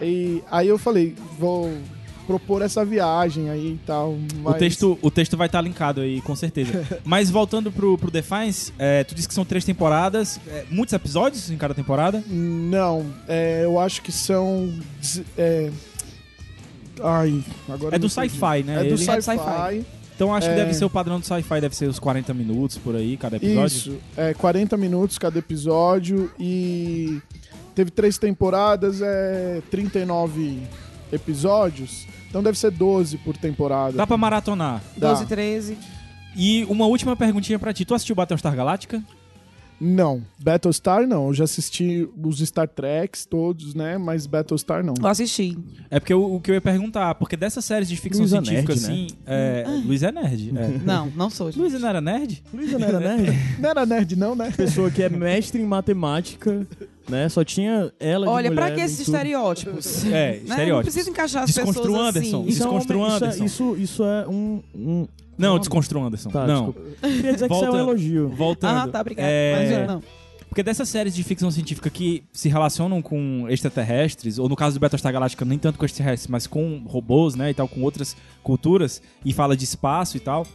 Speaker 7: E aí eu falei, vou propor essa viagem aí e tal.
Speaker 4: O
Speaker 7: mas-
Speaker 4: texto, o texto vai estar linkado aí, com certeza. Mas voltando pro, pro Defiance, é, tu disse que são três temporadas, é, muitos episódios em cada temporada.
Speaker 7: Não, é, eu acho que são. dez- é, Ai, agora
Speaker 4: É
Speaker 7: eu
Speaker 4: do
Speaker 7: me perdi.
Speaker 4: sci-fi, né?
Speaker 7: É do
Speaker 4: Ele-
Speaker 6: é do
Speaker 7: sci-fi.
Speaker 4: Então acho que
Speaker 7: É.
Speaker 4: deve ser o padrão do sci-fi, deve ser os 40 minutos por aí, cada episódio.
Speaker 7: Isso, é 40 minutos cada episódio e teve três temporadas, é 39 episódios. Então deve ser 12 por temporada.
Speaker 4: Dá pra maratonar.
Speaker 6: 12 e 13.
Speaker 4: E uma última perguntinha pra ti. Tu assistiu Battlestar Galáctica?
Speaker 7: Não, Battlestar não. Eu já assisti os Star Treks todos, né? Mas Battlestar não.
Speaker 6: Eu assisti.
Speaker 4: É porque eu- o que eu ia perguntar, porque dessas séries de ficção
Speaker 5: Luiz é
Speaker 4: científica,
Speaker 5: nerd, Ah.
Speaker 4: assim. É, Luiz é nerd. É.
Speaker 6: Não, não sou. gente.
Speaker 4: Luiz não era nerd?
Speaker 5: Luísa não era nerd?
Speaker 7: Não era nerd, não, né?
Speaker 5: Pessoa que é mestre em matemática, né? Só tinha ela de
Speaker 6: Olha, pra
Speaker 5: mulher
Speaker 6: que
Speaker 5: em
Speaker 6: esses
Speaker 5: tudo.
Speaker 6: estereótipos? Né?
Speaker 4: É,
Speaker 6: Não
Speaker 4: estereótipo.
Speaker 6: precisa encaixar as
Speaker 4: Desconstrua,
Speaker 6: pessoas
Speaker 4: Anderson.
Speaker 6: assim.
Speaker 5: Isso é uma-
Speaker 4: Desconstrua,
Speaker 5: isso é-
Speaker 4: Anderson.
Speaker 5: Isso, isso é um... um...
Speaker 4: Não, desconstrua Anderson.
Speaker 5: Tá,
Speaker 4: não.
Speaker 5: desculpa. Queria dizer que isso é um
Speaker 4: Voltando.
Speaker 5: elogio.
Speaker 4: Voltando.
Speaker 6: Ah, tá, obrigado.
Speaker 4: É,
Speaker 6: Mas não.
Speaker 4: Porque dessas séries de ficção científica que se relacionam com extraterrestres, ou no caso do Battlestar Galáctica, nem tanto com extraterrestres, mas com robôs, né, e tal, com outras culturas, e fala de espaço e tal,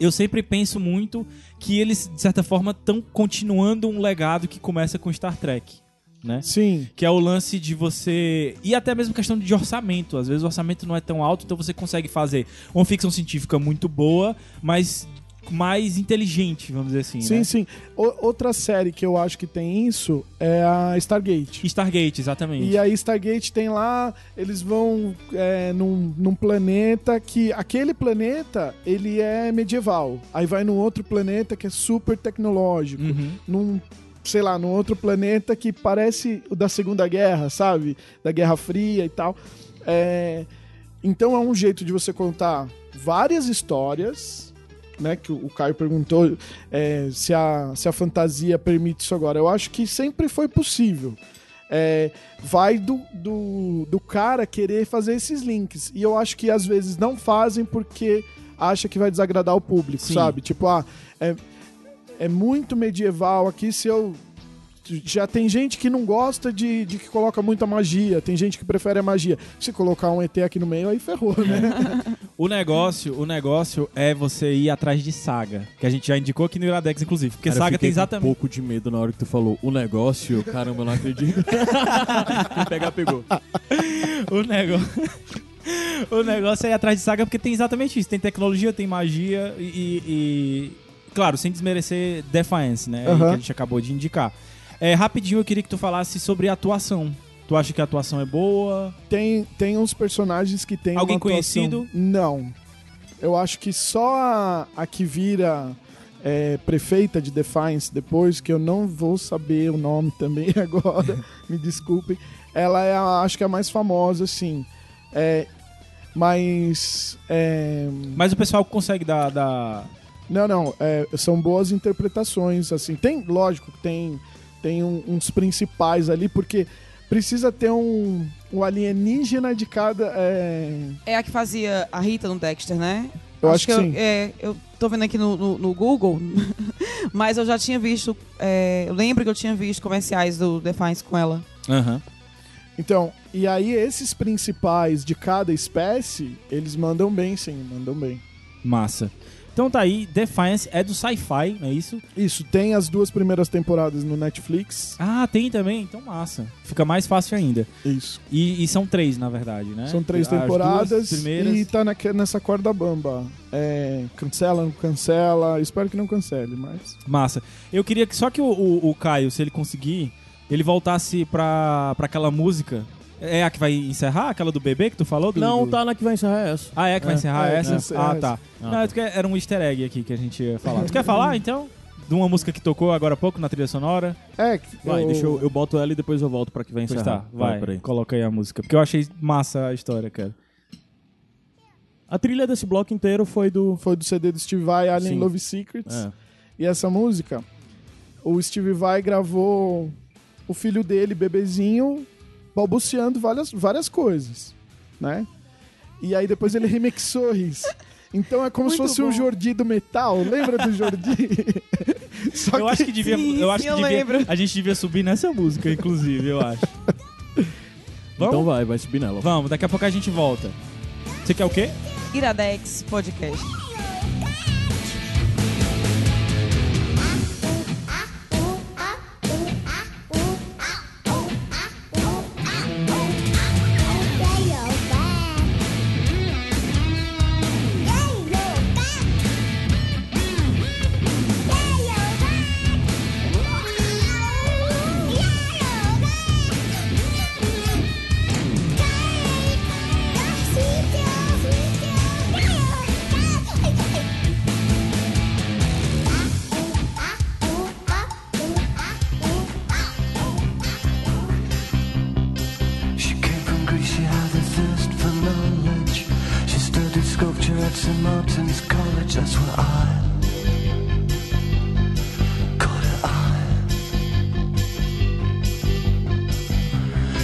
Speaker 4: eu sempre penso muito que eles, de certa forma, estão continuando um legado que começa com Star Trek, né?
Speaker 7: Sim.
Speaker 4: Que é o lance de você. E até mesmo questão de orçamento. Às vezes o orçamento não é tão alto, então você consegue fazer uma ficção científica muito boa, mas mais inteligente, vamos dizer assim.
Speaker 7: Sim,
Speaker 4: né?
Speaker 7: sim. O- outra série que eu acho que tem isso é a Stargate.
Speaker 4: Stargate, exatamente.
Speaker 7: E aí Stargate tem lá, eles vão é, num, num planeta que aquele planeta ele é medieval. Aí vai num outro planeta que é super tecnológico,
Speaker 4: Uhum.
Speaker 7: num sei lá, num outro planeta que parece o da Segunda Guerra, sabe? Da Guerra Fria e tal. É, então é um jeito de você contar várias histórias, né? Que o o Caio perguntou é, se, a, se a fantasia permite isso agora. Eu acho que sempre foi possível. É, vai do, do, do cara querer fazer esses links. E eu acho que às vezes não fazem porque acha que vai desagradar o público,
Speaker 4: Sim.
Speaker 7: sabe? Tipo, ah, é, é muito medieval aqui se eu. Já tem gente que não gosta de, de que coloca muita magia, tem gente que prefere a magia. Se colocar um ET aqui no meio, aí ferrou, né?
Speaker 4: O negócio, o negócio é você ir atrás de saga, que a gente já indicou aqui no Iradex, inclusive, porque
Speaker 5: Cara, eu
Speaker 4: saga tem
Speaker 5: fiquei com
Speaker 4: exatamente.
Speaker 5: um pouco de medo na hora que tu falou o negócio. Caramba, eu não acredito. Quem pegar, pegou.
Speaker 4: O negócio. o negócio é ir atrás de saga porque tem exatamente isso. Tem tecnologia, tem magia e. e- e- Claro, sem desmerecer Defiance, né?
Speaker 7: Aham.
Speaker 4: Que a gente acabou de indicar. É, rapidinho eu queria que tu falasse sobre a atuação. Tu acha que a atuação é boa?
Speaker 7: Tem, tem uns personagens que tem.
Speaker 4: Alguém
Speaker 7: uma atuação-
Speaker 4: conhecido?
Speaker 7: Não. Eu acho que só a, a que vira é, prefeita de Defiance depois, que eu não vou saber o nome também agora, me desculpem. Ela é, a, acho que é a mais famosa, assim. É, mas. é,
Speaker 4: Mas o pessoal consegue dar. dar-
Speaker 7: não, não. é, são boas interpretações, assim. Tem, lógico, tem, tem um- uns principais ali, porque precisa ter um, um alienígena de cada. é,
Speaker 6: É a que fazia a Rita no Dexter, né?
Speaker 7: Eu acho que
Speaker 6: eu,
Speaker 7: sim.
Speaker 6: é, eu tô vendo aqui no, no- no Google, mas eu já tinha visto. é, eu lembro que eu tinha visto comerciais do Defiance com ela.
Speaker 4: Aham.
Speaker 7: Então, e aí esses principais de cada espécie, eles mandam bem, sim, mandam bem.
Speaker 4: Massa. Então tá aí, Defiance é do sci-fi, não é isso?
Speaker 7: Isso, tem as duas primeiras temporadas no Netflix.
Speaker 4: Ah, tem também, então massa. Fica mais fácil ainda.
Speaker 7: Isso.
Speaker 4: E, e são três, na verdade, né?
Speaker 7: São três
Speaker 4: As duas
Speaker 7: temporadas
Speaker 4: primeiras.
Speaker 7: e tá naque- nessa corda bamba. É, cancela, não cancela. Espero que não cancele, mas.
Speaker 4: Massa. Eu queria que só que o, o- o Caio, se ele conseguir, ele voltasse pra, pra aquela música. É a que vai encerrar? Aquela do bebê que tu falou? Do-
Speaker 5: Não,
Speaker 4: do-
Speaker 5: tá na que vai encerrar essa.
Speaker 4: Ah, é que vai
Speaker 5: É,
Speaker 4: encerrar
Speaker 7: é,
Speaker 4: essa?
Speaker 7: vai encerrar
Speaker 4: ah,
Speaker 7: essa. Uhum.
Speaker 4: tá.
Speaker 5: Ah,
Speaker 4: Não,
Speaker 5: tá.
Speaker 4: tu quer- era um easter egg aqui que a gente ia falar. tu quer falar, então? De uma música que tocou agora há pouco na trilha sonora?
Speaker 7: É,
Speaker 5: Vai, deixa eu, eu boto ela e depois eu volto pra que vai
Speaker 4: Pois
Speaker 5: encerrar.
Speaker 4: tá, vai.
Speaker 5: peraí.
Speaker 4: Coloca aí a música. Porque eu achei massa a história, cara.
Speaker 5: A trilha desse bloco inteiro foi do.
Speaker 7: Foi do CD do Steve Vai, Alien
Speaker 5: Sim.
Speaker 7: Love Secrets.
Speaker 5: É.
Speaker 7: E essa música, o Steve Vai gravou o filho dele, bebezinho, balbuciando várias, várias coisas, né? E aí depois ele remixou isso. Então é como se
Speaker 6: Muito
Speaker 7: fosse
Speaker 6: bom.
Speaker 7: o Jordi do metal. Lembra do Jordi? Só
Speaker 4: Eu acho que devia.
Speaker 6: Sim,
Speaker 4: eu acho
Speaker 6: sim,
Speaker 4: que
Speaker 6: eu
Speaker 4: devia-
Speaker 6: lembro.
Speaker 4: a gente devia subir nessa música, inclusive, eu acho. Vamos?
Speaker 5: Então vai, vai subir nela.
Speaker 4: Vamos, daqui a pouco a gente volta. Você quer o quê?
Speaker 6: Iradex Podcast.
Speaker 2: Hey!
Speaker 3: She came from Greece, she had a thirst for knowledge. She studied sculpture at St. Martin's College, that's where I caught her eye.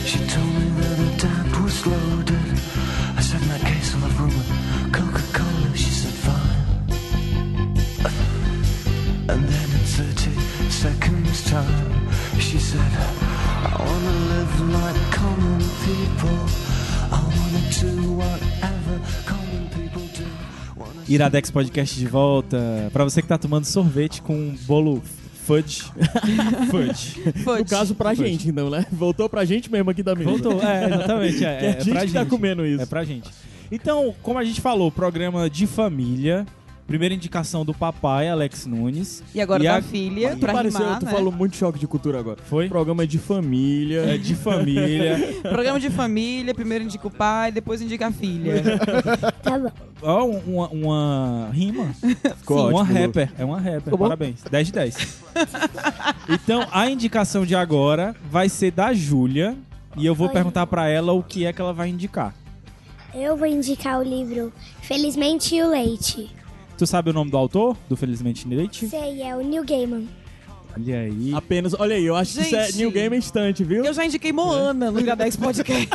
Speaker 3: She told me that her dad was loaded. I said, in that case, I'll have rum and Coca-Cola. She said, fine. And then in 30 seconds time She said I wanna live like common people I wanna do whatever common people do Wanna
Speaker 4: Iradex Podcast de volta. Pra você que tá tomando sorvete com um bolo fudge. fudge.
Speaker 6: Foi.
Speaker 5: No caso, pra
Speaker 4: Foi.
Speaker 5: gente, então, né? Voltou pra gente mesmo aqui da mesa.
Speaker 4: Voltou, é, exatamente. É,
Speaker 5: Que a
Speaker 4: é
Speaker 5: gente
Speaker 4: pra
Speaker 5: que tá comendo isso.
Speaker 4: É pra gente. Então, como a gente falou, programa de família. Primeira indicação do papai, Alex Nunes.
Speaker 6: E agora
Speaker 4: E
Speaker 6: da
Speaker 4: a-
Speaker 6: filha,
Speaker 5: Tu
Speaker 6: pra
Speaker 5: pareceu,
Speaker 6: rimar,
Speaker 5: tu
Speaker 6: né?
Speaker 5: falou muito choque de cultura agora. um
Speaker 4: Foi?
Speaker 5: Programa de família.
Speaker 4: É de família.
Speaker 6: Programa de família, primeiro indica o pai, depois indica a filha.
Speaker 1: Tá bom.
Speaker 4: Ó, um, uma, uma rima.
Speaker 5: Ficou
Speaker 4: uma
Speaker 5: ótimo.
Speaker 4: rapper. É uma rapper. Parabéns. 10 de 10. então, a indicação de agora vai ser da Júlia. E eu vou
Speaker 1: Oi.
Speaker 4: perguntar pra ela o que é que ela vai indicar.
Speaker 1: Eu vou indicar o livro Felizmente e o Leite.
Speaker 4: Tu sabe o nome do autor? Do Felizmente Leite?
Speaker 1: Sei, é o Neil Gaiman.
Speaker 4: Olha aí.
Speaker 5: Apenas. Olha aí, eu acho que isso é
Speaker 6: Gente.
Speaker 5: New Game instante, viu?
Speaker 6: Eu já indiquei Moana no Iradex Podcast.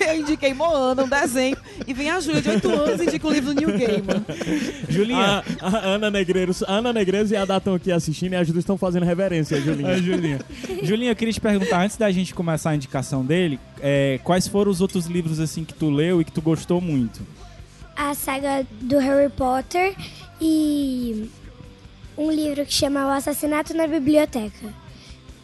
Speaker 6: Eu indiquei Moana, um desenho. E vem a Júlia, de 8 anos, e indica o livro do New Gaiman.
Speaker 4: Julinha.
Speaker 5: A, a Ah, Ana Negreiro, a Ana Negreiros e a Datan aqui assistindo e as duas estão fazendo reverência, Julinha.
Speaker 4: Ah, Julinha. Julinha, eu queria te perguntar, antes da gente começar a indicação dele, é, quais foram os outros livros assim que tu leu e que tu gostou muito?
Speaker 1: A saga do Harry Potter e um livro que chama O Assassinato na Biblioteca.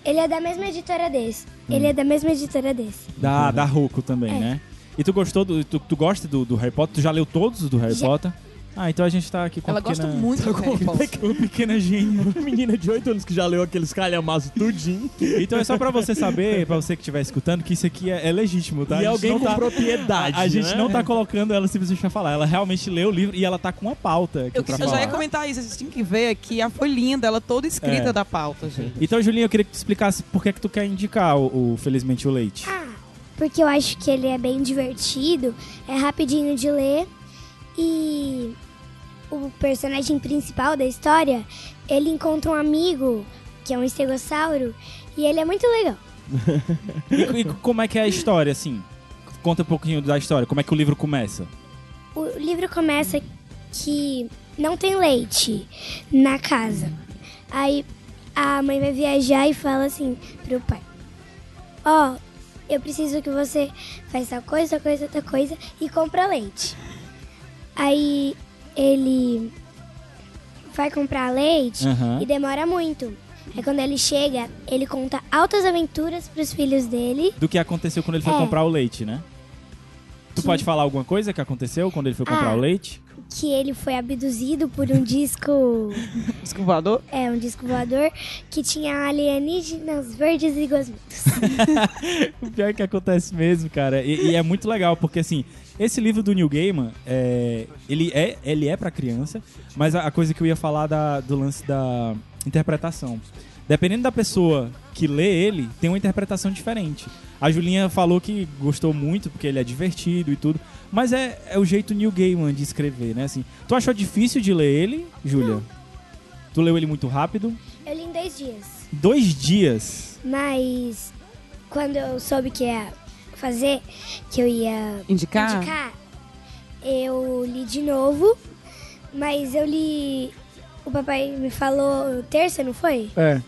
Speaker 1: Ele é da mesma editora desse. Ele é da mesma editora desse.
Speaker 4: Da,
Speaker 6: É.
Speaker 4: da Roku também, né? E tu gostou do. Tu, tu gosta do, do Harry Potter? Tu já leu todos os do Harry
Speaker 1: Já.
Speaker 4: Potter? Ah, então a gente tá aqui com
Speaker 6: Ela
Speaker 4: a pequena...
Speaker 6: gosta muito do Harry Potter.
Speaker 4: Uma pequena gênio.
Speaker 5: Menina de 8 anos que já leu aqueles calhamaços tudinho.
Speaker 4: Então é só pra você saber, pra você que estiver escutando, que isso aqui é, é legítimo, tá? A
Speaker 5: e
Speaker 4: gente
Speaker 5: alguém
Speaker 4: não
Speaker 5: com
Speaker 4: tá-
Speaker 5: propriedade.
Speaker 4: A gente
Speaker 5: né?
Speaker 4: não tá colocando ela simplesmente pra falar. Ela realmente leu o livro e ela tá com uma pauta aqui
Speaker 6: Eu,
Speaker 4: pra
Speaker 6: eu já
Speaker 4: falar.
Speaker 6: ia comentar isso, vocês tinham que ver aqui a folhinha dela toda escrita
Speaker 4: É.
Speaker 6: da pauta, gente.
Speaker 4: Então, Julinha, eu queria que tu explicasse por que, é que tu quer indicar o, o Felizmente o Leite.
Speaker 6: Ah.
Speaker 1: porque eu acho que ele é bem divertido, é rapidinho de ler e o personagem principal da história, ele encontra um amigo que é um estegossauro e ele é muito legal.
Speaker 4: E, e como é que é a história, assim? Conta um pouquinho da história, como é que o livro começa.
Speaker 1: O livro começa que não tem leite na casa. Aí a mãe vai viajar e fala assim pro pai: Ó, eu preciso que você faça tal coisa, tal coisa, tal coisa e compra leite. Aí ele vai comprar leite
Speaker 4: Aham.
Speaker 1: e demora muito. Aí quando ele chega, ele conta altas aventuras pros filhos dele.
Speaker 4: Do que aconteceu quando ele foi
Speaker 1: É.
Speaker 4: comprar o leite, né? Tu pode falar alguma coisa que aconteceu quando ele foi comprar
Speaker 1: Ah.
Speaker 4: o leite?
Speaker 1: Que ele foi abduzido por um disco.
Speaker 6: Escovador?
Speaker 1: É, um disco voador que tinha alienígenas verdes e gosmitos.
Speaker 4: O pior é que acontece mesmo, cara. E, e é muito legal, porque assim, esse livro do Neil Gaiman, é, ele, é, ele é pra criança, mas a, a coisa que eu ia falar da- do lance da interpretação. Dependendo da pessoa que lê ele, tem uma interpretação diferente. A Julinha falou que gostou muito, porque ele é divertido e tudo. Mas é, é o jeito Neil Gaiman de escrever, né? Assim, tu achou difícil de ler ele, Júlia? Tu leu ele muito rápido?
Speaker 1: Eu li em dois dias.
Speaker 4: Dois dias.
Speaker 1: Mas quando eu soube que ia fazer, que eu ia
Speaker 6: Indicar?
Speaker 1: indicar, eu li de novo. Mas eu li. O papai me falou terça, não foi?
Speaker 7: É.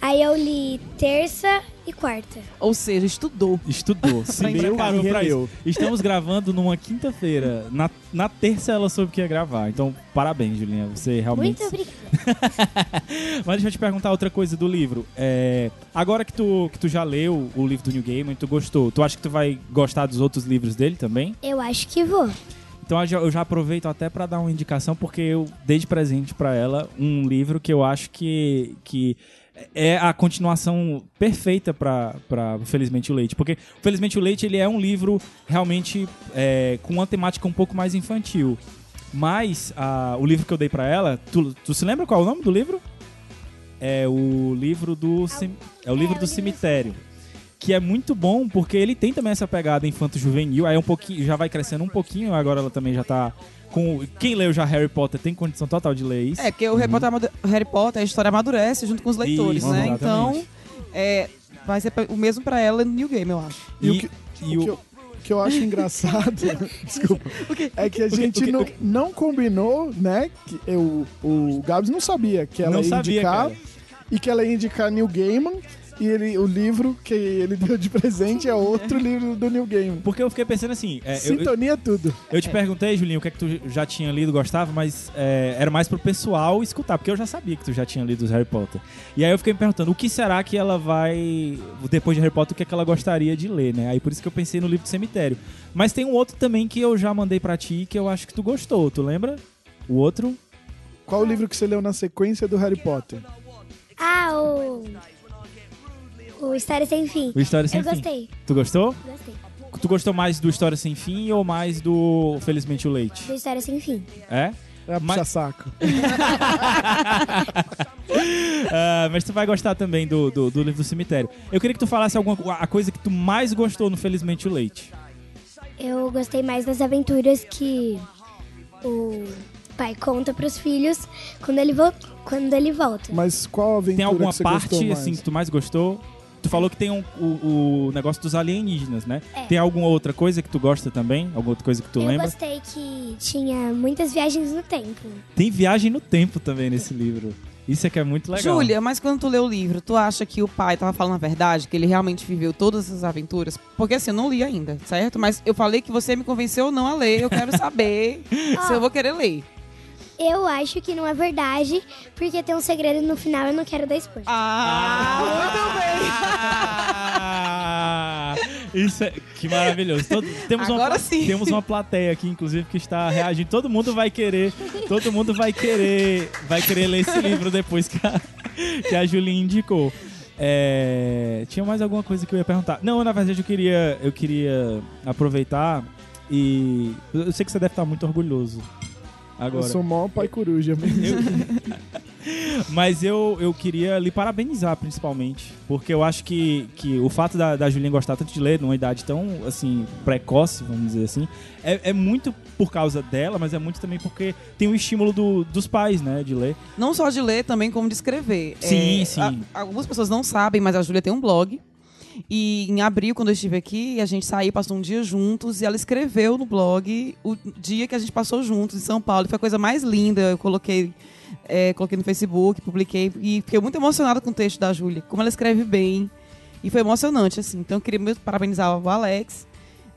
Speaker 1: Aí eu li terça e quarta.
Speaker 6: Ou seja, estudou.
Speaker 4: Estudou, se
Speaker 6: Pra indicar.
Speaker 4: preparou pra
Speaker 5: Releu.
Speaker 4: isso. Estamos gravando numa quinta-feira. Na, na terça ela soube que ia gravar. Então, parabéns, Julinha. Você realmente.
Speaker 1: Muito obrigada.
Speaker 4: Mas deixa eu te perguntar outra coisa do livro. É, agora que tu, que tu já leu o livro do New Game e tu gostou, tu acha que tu vai gostar dos outros livros dele também?
Speaker 1: Eu acho que vou.
Speaker 4: Então eu já- eu já aproveito até pra dar uma indicação, porque eu dei de presente pra ela um livro que eu acho que, que é a continuação perfeita pra pra Felizmente o Leite. Porque Felizmente o Leite ele é um livro realmente é, com uma temática um pouco mais infantil. Mas ah, o livro que eu dei pra ela, tu, tu se lembra qual é o nome do livro? É o livro do cem- é o livro do cemitério que é muito bom porque ele tem também essa pegada infanto juvenil, aí é um pouquinho, já vai crescendo um pouquinho, agora ela também já tá com quem leu já Harry Potter tem condição total de ler isso.
Speaker 6: É, porque o Harry Potter amadu- Harry Potter, a história amadurece junto com os leitores,
Speaker 4: Uhum. Isso,
Speaker 6: né?
Speaker 4: exatamente.
Speaker 6: Então, é, vai ser o mesmo pra ela no New Game, eu acho.
Speaker 7: E, o que,
Speaker 4: e
Speaker 7: o
Speaker 4: o-
Speaker 7: que eu, o que eu acho engraçado, desculpa, é que a gente
Speaker 4: o que-
Speaker 7: não, não combinou, né? Que eu, o Gabs não sabia que ela
Speaker 4: Não
Speaker 7: ia
Speaker 4: sabia,
Speaker 7: indicar
Speaker 4: cara.
Speaker 7: e que ela ia indicar Neil Gaiman. E ele, o livro que ele deu de presente é outro livro do Neil Gaiman.
Speaker 4: porque eu fiquei pensando assim, é, eu- eu,
Speaker 7: Sintonia tudo.
Speaker 4: eu te perguntei, Julinho, o que é que tu já tinha lido, gostava, mas é, era mais pro pessoal escutar, porque eu já sabia que tu já tinha lido os Harry Potter. E aí eu fiquei me perguntando, o que será que ela vai, depois de Harry Potter, o que é que ela gostaria de ler, né? Aí por isso que eu pensei no livro do cemitério. Mas tem um outro também que eu já mandei pra ti, que eu acho que tu gostou, tu lembra? O outro?
Speaker 7: Qual o livro que você leu na sequência do Harry Potter?
Speaker 1: Ah, o. O História Sem Fim.
Speaker 4: O História Sem
Speaker 1: eu
Speaker 4: Fim.
Speaker 1: gostei,
Speaker 4: Tu gostou?
Speaker 1: gostei.
Speaker 4: Tu gostou mais do História Sem Fim ou mais do Felizmente o Leite?
Speaker 1: Do História Sem Fim.
Speaker 4: É?
Speaker 7: É
Speaker 4: Mas-
Speaker 7: puxa saco.
Speaker 4: Ah, mas tu vai gostar também do, do, do livro do cemitério. Eu queria que tu falasse alguma co- a coisa que tu mais gostou no Felizmente o Leite.
Speaker 1: Eu gostei mais das aventuras que o pai conta pros filhos quando ele, vo quando ele volta.
Speaker 7: Mas qual aventura
Speaker 4: Tem alguma
Speaker 7: que você gostou
Speaker 4: parte
Speaker 7: mais?
Speaker 4: assim que tu mais gostou? Tu falou que tem um- o, o negócio dos alienígenas, né?
Speaker 1: É.
Speaker 4: Tem alguma outra coisa que tu gosta também? Alguma outra coisa que tu
Speaker 1: eu
Speaker 4: lembra?
Speaker 1: gostei que tinha muitas viagens no tempo.
Speaker 4: Tem viagem no tempo também nesse livro. Isso é que é muito legal.
Speaker 6: Júlia, mas quando tu lê o livro, tu acha que o pai tava falando a verdade, que ele realmente viveu todas essas aventuras? Porque assim, eu não li ainda, certo? Mas eu falei que você me convenceu ou não a ler, eu quero saber se eu vou querer ler.
Speaker 1: Eu acho que não é verdade, porque tem um segredo no final eu
Speaker 4: Ah,
Speaker 1: não quero dar spoiler.
Speaker 6: Ah, muito bem.
Speaker 4: Ah, Isso é que maravilhoso. Todo- temos uma,
Speaker 6: Agora sim.
Speaker 4: Temos uma plateia aqui, inclusive, que está reagindo. Todo mundo vai querer, todo mundo vai querer, vai querer ler esse livro depois que a, que a Julinha indicou. É, tinha mais alguma coisa que eu ia perguntar? Não, na verdade eu queria, eu queria aproveitar e eu sei que você deve estar muito orgulhoso
Speaker 7: Eu
Speaker 4: agora.
Speaker 7: sou mó pai coruja mesmo.
Speaker 4: Mas eu, eu queria lhe parabenizar, principalmente. Porque eu acho que, que o fato da, da Julinha gostar tanto de ler, numa idade tão, assim, precoce, vamos dizer assim, é, é muito por causa dela, mas é muito também porque tem o estímulo do- dos pais, né, de ler.
Speaker 6: Não só de ler, também como de escrever. É,
Speaker 4: Sim, sim.
Speaker 6: a- algumas pessoas não sabem, mas a Júlia tem um blog. E em abril, quando eu estive aqui, a gente saiu, passou um dia juntos, e ela escreveu no blog o dia que a gente passou juntos em São Paulo. E Foi a coisa mais linda. Eu coloquei, é, coloquei no Facebook, publiquei, e fiquei muito emocionada com o texto da Júlia, como ela escreve bem. E foi emocionante, assim. Então eu queria muito parabenizar o Alex,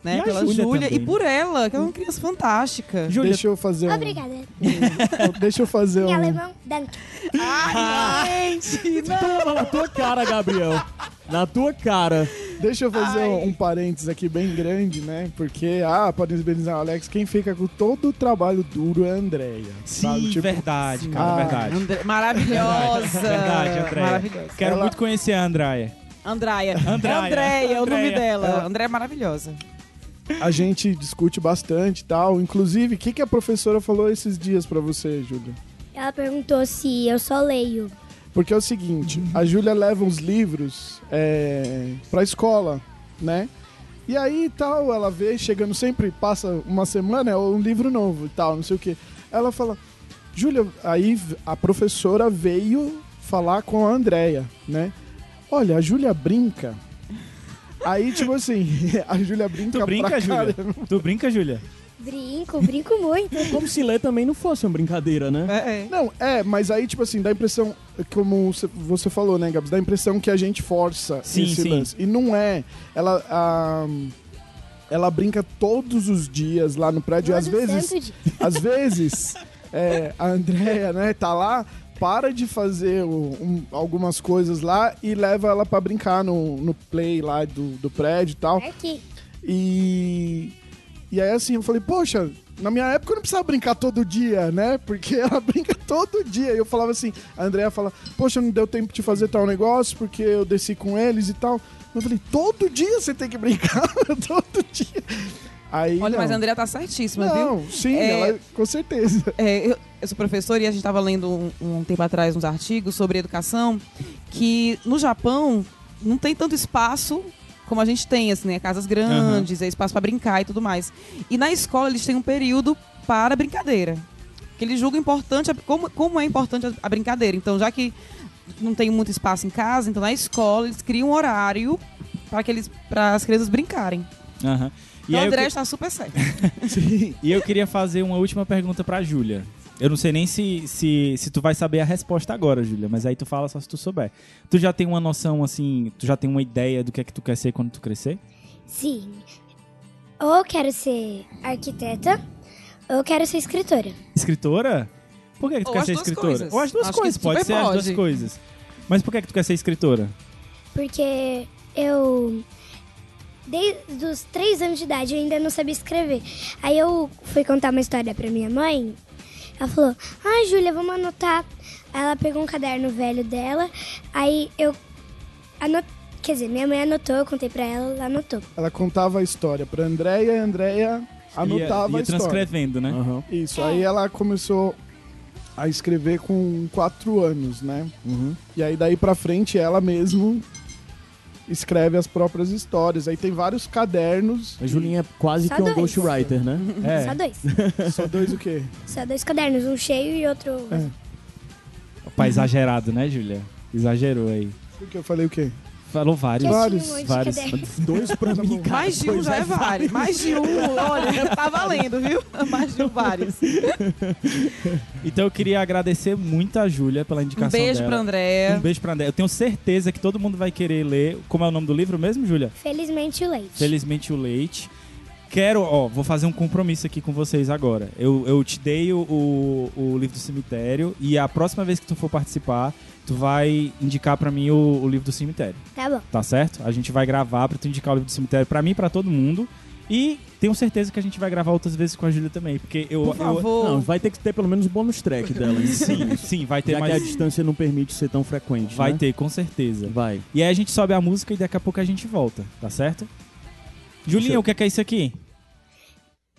Speaker 6: né,
Speaker 4: E a
Speaker 6: pela
Speaker 4: Júlia
Speaker 6: Júlia, e
Speaker 4: também.
Speaker 6: por ela, que é uma criança fantástica.
Speaker 4: Júlia,
Speaker 7: Deixa eu fazer um.
Speaker 1: Obrigada. é
Speaker 7: Deixa eu fazer
Speaker 1: Em
Speaker 7: um.
Speaker 1: alemão, danke.
Speaker 6: Ai, gente, não.
Speaker 5: Toma na tua cara, Gabriel. Na tua cara.
Speaker 7: Deixa eu fazer
Speaker 6: Ai.
Speaker 7: um, um parênteses aqui bem grande, né? Porque, ah, pode parabenizar o Alex. Quem fica com todo o trabalho duro é a Andrea.
Speaker 4: sim, verdade, cara,
Speaker 7: Ah,
Speaker 4: verdade.
Speaker 6: André- maravilhosa.
Speaker 4: É Verdade, Andréia.
Speaker 6: Maravilhosa.
Speaker 4: Quero
Speaker 7: Ela-
Speaker 4: muito conhecer a Andraia.
Speaker 6: Andréia.
Speaker 4: Andréia.
Speaker 6: Andréia, é o nome
Speaker 4: Andréia.
Speaker 6: dela. Andréia é maravilhosa.
Speaker 7: A gente discute bastante e tal. Inclusive, o que, que a professora falou esses dias pra você, Júlia?
Speaker 1: Ela perguntou se eu só leio.
Speaker 7: Porque é o seguinte, a Júlia leva uns livros é, pra escola, né? E aí e tal, ela vê, chegando sempre, passa uma semana, é um livro novo e tal, não sei o quê. Ela fala, Júlia, aí v- a professora veio falar com a Andrea, né? Olha, a Júlia brinca. Aí, tipo assim, a Júlia brinca
Speaker 4: Tu brinca,
Speaker 7: pra
Speaker 4: Júlia?
Speaker 7: caramba.
Speaker 4: Tu brinca, Júlia?
Speaker 1: Brinco, brinco muito.
Speaker 5: Como se ler também não fosse uma brincadeira, né?
Speaker 6: É, é.
Speaker 7: Não, é, mas aí, tipo assim, dá a impressão, como cê- você falou, né, Gabs? Dá a impressão que a gente força
Speaker 4: Sim,
Speaker 7: esse
Speaker 4: sim.
Speaker 7: lance. E não é. Ela. ah, ela brinca todos os dias lá no prédio. às
Speaker 1: Todo
Speaker 7: vezes.
Speaker 1: santo dia.
Speaker 7: Às vezes, é, a Andrea, né, tá lá, para de fazer o- um- algumas coisas lá e leva ela pra brincar no, no play lá do, do prédio e tal.
Speaker 1: É que
Speaker 7: E, e aí assim, eu falei, poxa, na minha época eu não precisava brincar todo dia, né? Porque ela brinca todo dia. E eu falava assim, a Andrea fala, poxa, não deu tempo de fazer tal negócio, porque eu desci com eles e tal. Eu falei, todo dia você tem que brincar, todo dia. Aí,
Speaker 6: Olha,
Speaker 7: não.
Speaker 6: mas a Andréia tá certíssima, viu?
Speaker 7: Não, sim,
Speaker 6: É-
Speaker 7: ela- com certeza.
Speaker 6: É, eu, eu sou professora e a gente estava lendo um, um tempo atrás uns artigos sobre educação que no Japão não tem tanto espaço como a gente tem, assim, né? Casas grandes, é espaço para brincar e tudo mais. E na escola eles têm um período para brincadeira. Que eles julgam importante, a- como, como é importante a, a brincadeira. Então, já que não tem muito espaço em casa, então na escola eles criam um horário para que eles para as crianças brincarem.
Speaker 4: Aham. E
Speaker 6: então, o
Speaker 4: aí eu
Speaker 6: André
Speaker 4: que-
Speaker 6: está super certo.
Speaker 4: E eu queria fazer uma última pergunta pra Júlia. Eu não sei nem se, se, se tu vai saber a resposta agora, Júlia, mas aí tu fala só se tu souber. Tu já tem uma noção, assim, tu já tem uma ideia do que é que tu quer ser quando tu crescer?
Speaker 1: Sim. Ou eu quero ser arquiteta, ou eu quero ser escritora.
Speaker 4: Escritora? Por que, que tu
Speaker 6: Ou
Speaker 4: quer
Speaker 6: as
Speaker 4: ser
Speaker 6: duas
Speaker 4: escritora?
Speaker 6: coisas.
Speaker 4: Ou as duas
Speaker 6: Acho que
Speaker 4: coisas,
Speaker 6: super
Speaker 4: pode ser as duas
Speaker 6: pode.
Speaker 4: coisas. Mas por que, que tu quer ser escritora?
Speaker 1: Porque eu. Desde os três anos de idade eu ainda não sabia escrever. Aí eu fui contar uma história pra minha mãe. Ela falou: Ah, Júlia, vamos anotar. Aí ela pegou um caderno velho dela. Aí eu. Anot... Quer dizer, minha mãe anotou, eu contei pra ela, ela anotou.
Speaker 7: Ela contava a história pra Andrea e a Andrea anotava
Speaker 4: ia,
Speaker 7: a
Speaker 4: ia
Speaker 7: história.
Speaker 4: transcrevendo, né?
Speaker 5: Aham.
Speaker 7: Isso, aí ela começou a escrever com quatro anos, né?
Speaker 5: Uhum.
Speaker 7: E aí daí pra frente ela mesmo escreve as próprias histórias. Aí tem vários cadernos.
Speaker 5: A Julinha é quase
Speaker 1: Só
Speaker 5: que um
Speaker 1: dois.
Speaker 5: ghostwriter, né?
Speaker 7: Ah.
Speaker 4: É,
Speaker 1: Só dois.
Speaker 7: Só dois o quê?
Speaker 1: Só dois cadernos, um cheio e outro.
Speaker 4: Opa, exagerado, né, Júlia? Exagerou aí.
Speaker 7: Porque eu falei o quê? Tá
Speaker 4: Falou vários.
Speaker 1: Que eu tinha
Speaker 7: Vários,
Speaker 1: um monte
Speaker 4: vários.
Speaker 1: de cadernos.
Speaker 5: Dois pra mim, cara.
Speaker 6: Mais de um
Speaker 5: dois
Speaker 6: já é vários. Mais de um, olha, tá valendo, viu? Mais de um, vários.
Speaker 4: Então eu queria agradecer muito a Júlia pela
Speaker 6: Um
Speaker 4: indicação
Speaker 6: beijo
Speaker 4: dela.
Speaker 6: pra
Speaker 4: Um
Speaker 5: É.
Speaker 6: Andréia.
Speaker 4: beijo pra André. Eu tenho certeza que todo mundo vai querer ler. Como é o nome do livro mesmo, Júlia?
Speaker 1: Felizmente o leite.
Speaker 4: Felizmente o Leite. quero, ó, vou fazer um compromisso aqui com vocês agora. Eu, eu te dei o, o, o livro do cemitério e a próxima vez que tu for participar, tu vai indicar pra mim o, o livro do cemitério,
Speaker 1: Tá bom.
Speaker 4: tá certo? A gente vai gravar pra tu indicar o livro do cemitério pra mim e pra todo mundo. E tenho certeza que a gente vai gravar outras vezes com a Júlia também, porque eu.
Speaker 6: Por
Speaker 4: eu
Speaker 6: favor.
Speaker 5: Não, vai ter que ter pelo menos um bônus track dela.
Speaker 4: sim, sim, vai ter
Speaker 5: Já que a
Speaker 4: mais.
Speaker 5: distância não permite ser tão frequente.
Speaker 4: Vai
Speaker 5: né?
Speaker 4: ter, com certeza.
Speaker 5: Vai.
Speaker 4: E aí a gente sobe a música e daqui a pouco a gente volta, tá certo? Julinha,
Speaker 5: eu-
Speaker 4: o que é que é isso aqui?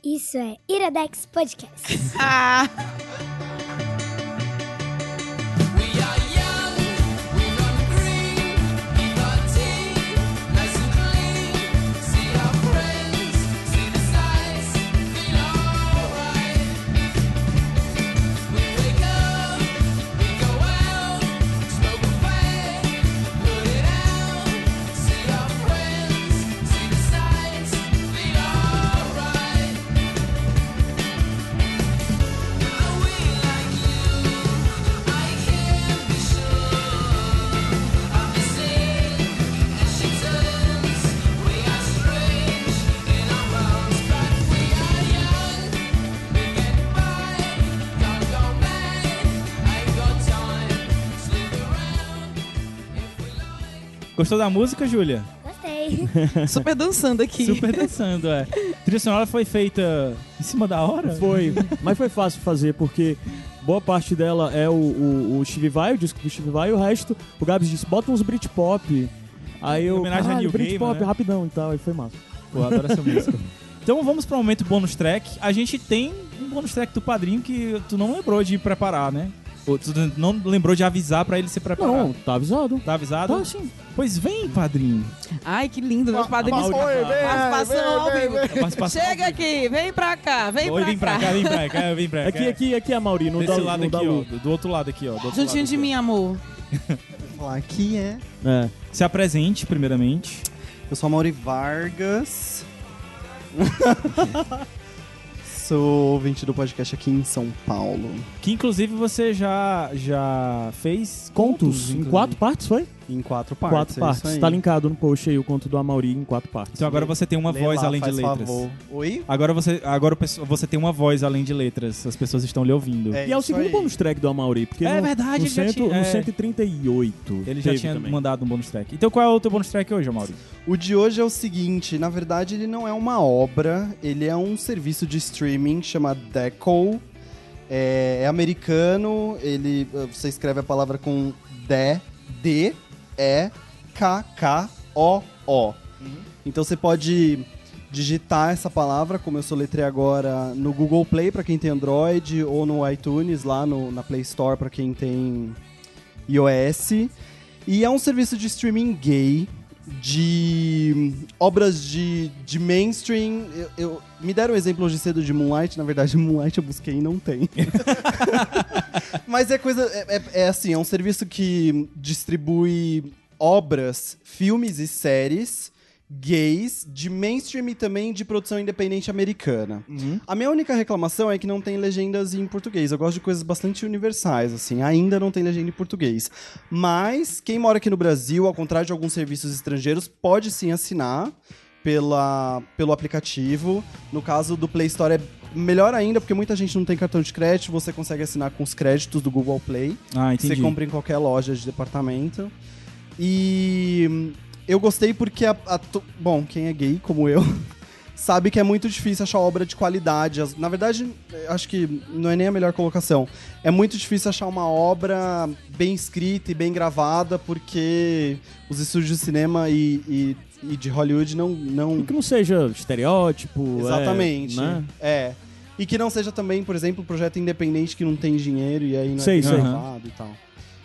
Speaker 1: Isso é Iradex Podcast.
Speaker 6: Ah,
Speaker 4: Gostou da música, Júlia?
Speaker 1: Gostei.
Speaker 6: super dançando aqui.
Speaker 4: Super dançando, é. A trilha sonora foi feita em cima da hora?
Speaker 5: Foi. Mas foi fácil fazer, porque boa parte dela é o, o, o Steve Vai, o disco do Steve Vai, e o resto, o Gabs disse, bota uns Britpop. Aí eu,
Speaker 4: Homenagem a Neil
Speaker 5: Britpop,
Speaker 4: Gaiman, né?
Speaker 5: rapidão e tal, aí foi massa.
Speaker 4: Pô, adoro essa música. Então vamos para o momento bônus track. A gente tem um bônus track do padrinho que tu não lembrou de preparar, né? Ou tu não lembrou de avisar para ele se preparar.
Speaker 5: Não, tá avisado.
Speaker 4: Tá avisado?
Speaker 5: Tá sim.
Speaker 4: Pois vem, padrinho.
Speaker 6: Ai, que lindo, meus padrinhos.
Speaker 7: Ah,
Speaker 1: Tá
Speaker 7: Oi, vem,
Speaker 6: Participação Tá ao
Speaker 7: vem, vem,
Speaker 6: vivo.
Speaker 4: Participação
Speaker 6: Chega aqui, vem pra cá, vem
Speaker 4: Oi,
Speaker 6: pra
Speaker 4: vem pra cá, vem pra cá, vem pra cá.
Speaker 5: Aqui, aqui, aqui é a Mauri, não
Speaker 4: Desse
Speaker 5: dá,
Speaker 4: lado
Speaker 5: não dá
Speaker 4: aqui, ó.
Speaker 5: lucro.
Speaker 4: Do do outro lado aqui, ó. do outro
Speaker 6: Juntinho
Speaker 4: lado
Speaker 6: de
Speaker 4: aqui,
Speaker 6: mim, amor.
Speaker 8: Olá, aqui é.
Speaker 5: É.
Speaker 4: ó. Se apresente, primeiramente.
Speaker 8: Eu sou a Mauri Vargas. sou ouvinte do podcast aqui em São Paulo.
Speaker 4: Que inclusive você já, já fez
Speaker 5: Contos, em
Speaker 8: inclusive.
Speaker 5: quatro partes, foi?
Speaker 8: Em quatro partes.
Speaker 5: quatro
Speaker 8: é isso
Speaker 5: partes.
Speaker 8: aí.
Speaker 5: Tá linkado no post aí o conto do Amauri em quatro partes.
Speaker 4: Então agora você tem uma
Speaker 8: Lê
Speaker 4: voz
Speaker 8: lá,
Speaker 4: além de
Speaker 8: faz
Speaker 4: letras.
Speaker 8: favor. Oi?
Speaker 4: Agora você, agora o pessoal- você tem uma voz além de letras. As pessoas estão lhe ouvindo.
Speaker 5: e é o
Speaker 8: isso
Speaker 5: segundo
Speaker 8: aí.
Speaker 5: bônus track do Amauri, porque
Speaker 4: É
Speaker 5: no,
Speaker 4: verdade,
Speaker 5: no,
Speaker 4: ele já tinha-
Speaker 5: no
Speaker 4: é.
Speaker 5: 138
Speaker 4: Ele já
Speaker 5: teve
Speaker 4: tinha
Speaker 5: também.
Speaker 4: mandado um bônus track. Então qual é o teu bônus track hoje, Mauro?
Speaker 8: O de hoje é o seguinte, na verdade ele não é uma obra, ele é um serviço de streaming chamado Deco. É, é americano, ele eh, você escreve a palavra com D D E K K O O. Então você pode digitar essa palavra, como eu soletrei agora, no Google Play para quem tem Android ou no iTunes lá no- na Play Store para quem tem iOS. E é um serviço de streaming gay de hum, obras de, de mainstream. Eu, eu- me deram um exemplo hoje cedo de Moonlight. Na verdade, Moonlight eu busquei e não tem. Mas é coisa. É, é- é assim, é um serviço que distribui obras, filmes e séries gays de mainstream e também de produção independente americana.
Speaker 5: Uhum.
Speaker 8: A minha única reclamação é que não tem legendas em português. Eu gosto de coisas bastante universais, assim. Ainda não tem legenda em português. Mas quem mora aqui no Brasil, ao contrário de alguns serviços estrangeiros, pode sim assinar pela, pelo aplicativo. No caso do Play Store é melhor ainda, porque muita gente não tem cartão de crédito. Você consegue assinar com os créditos do Google Play.
Speaker 4: Ah,
Speaker 8: Você compra em qualquer loja de departamento. E hum, eu gostei porque a, a to- bom, quem é gay como eu sabe que é muito difícil achar obra de qualidade. As- Na verdade, eh, acho que não é nem a melhor colocação. É muito difícil achar uma obra bem escrita e bem gravada porque os estúdios de cinema e, e- e de Hollywood não não
Speaker 4: Uhum.
Speaker 5: E que não seja estereótipo. é,
Speaker 8: exatamente,
Speaker 5: né?
Speaker 8: é. E que não seja também, por exemplo, projeto independente que não tem dinheiro e aí não
Speaker 5: Sei,
Speaker 8: é
Speaker 5: sei.
Speaker 8: gravado e tal.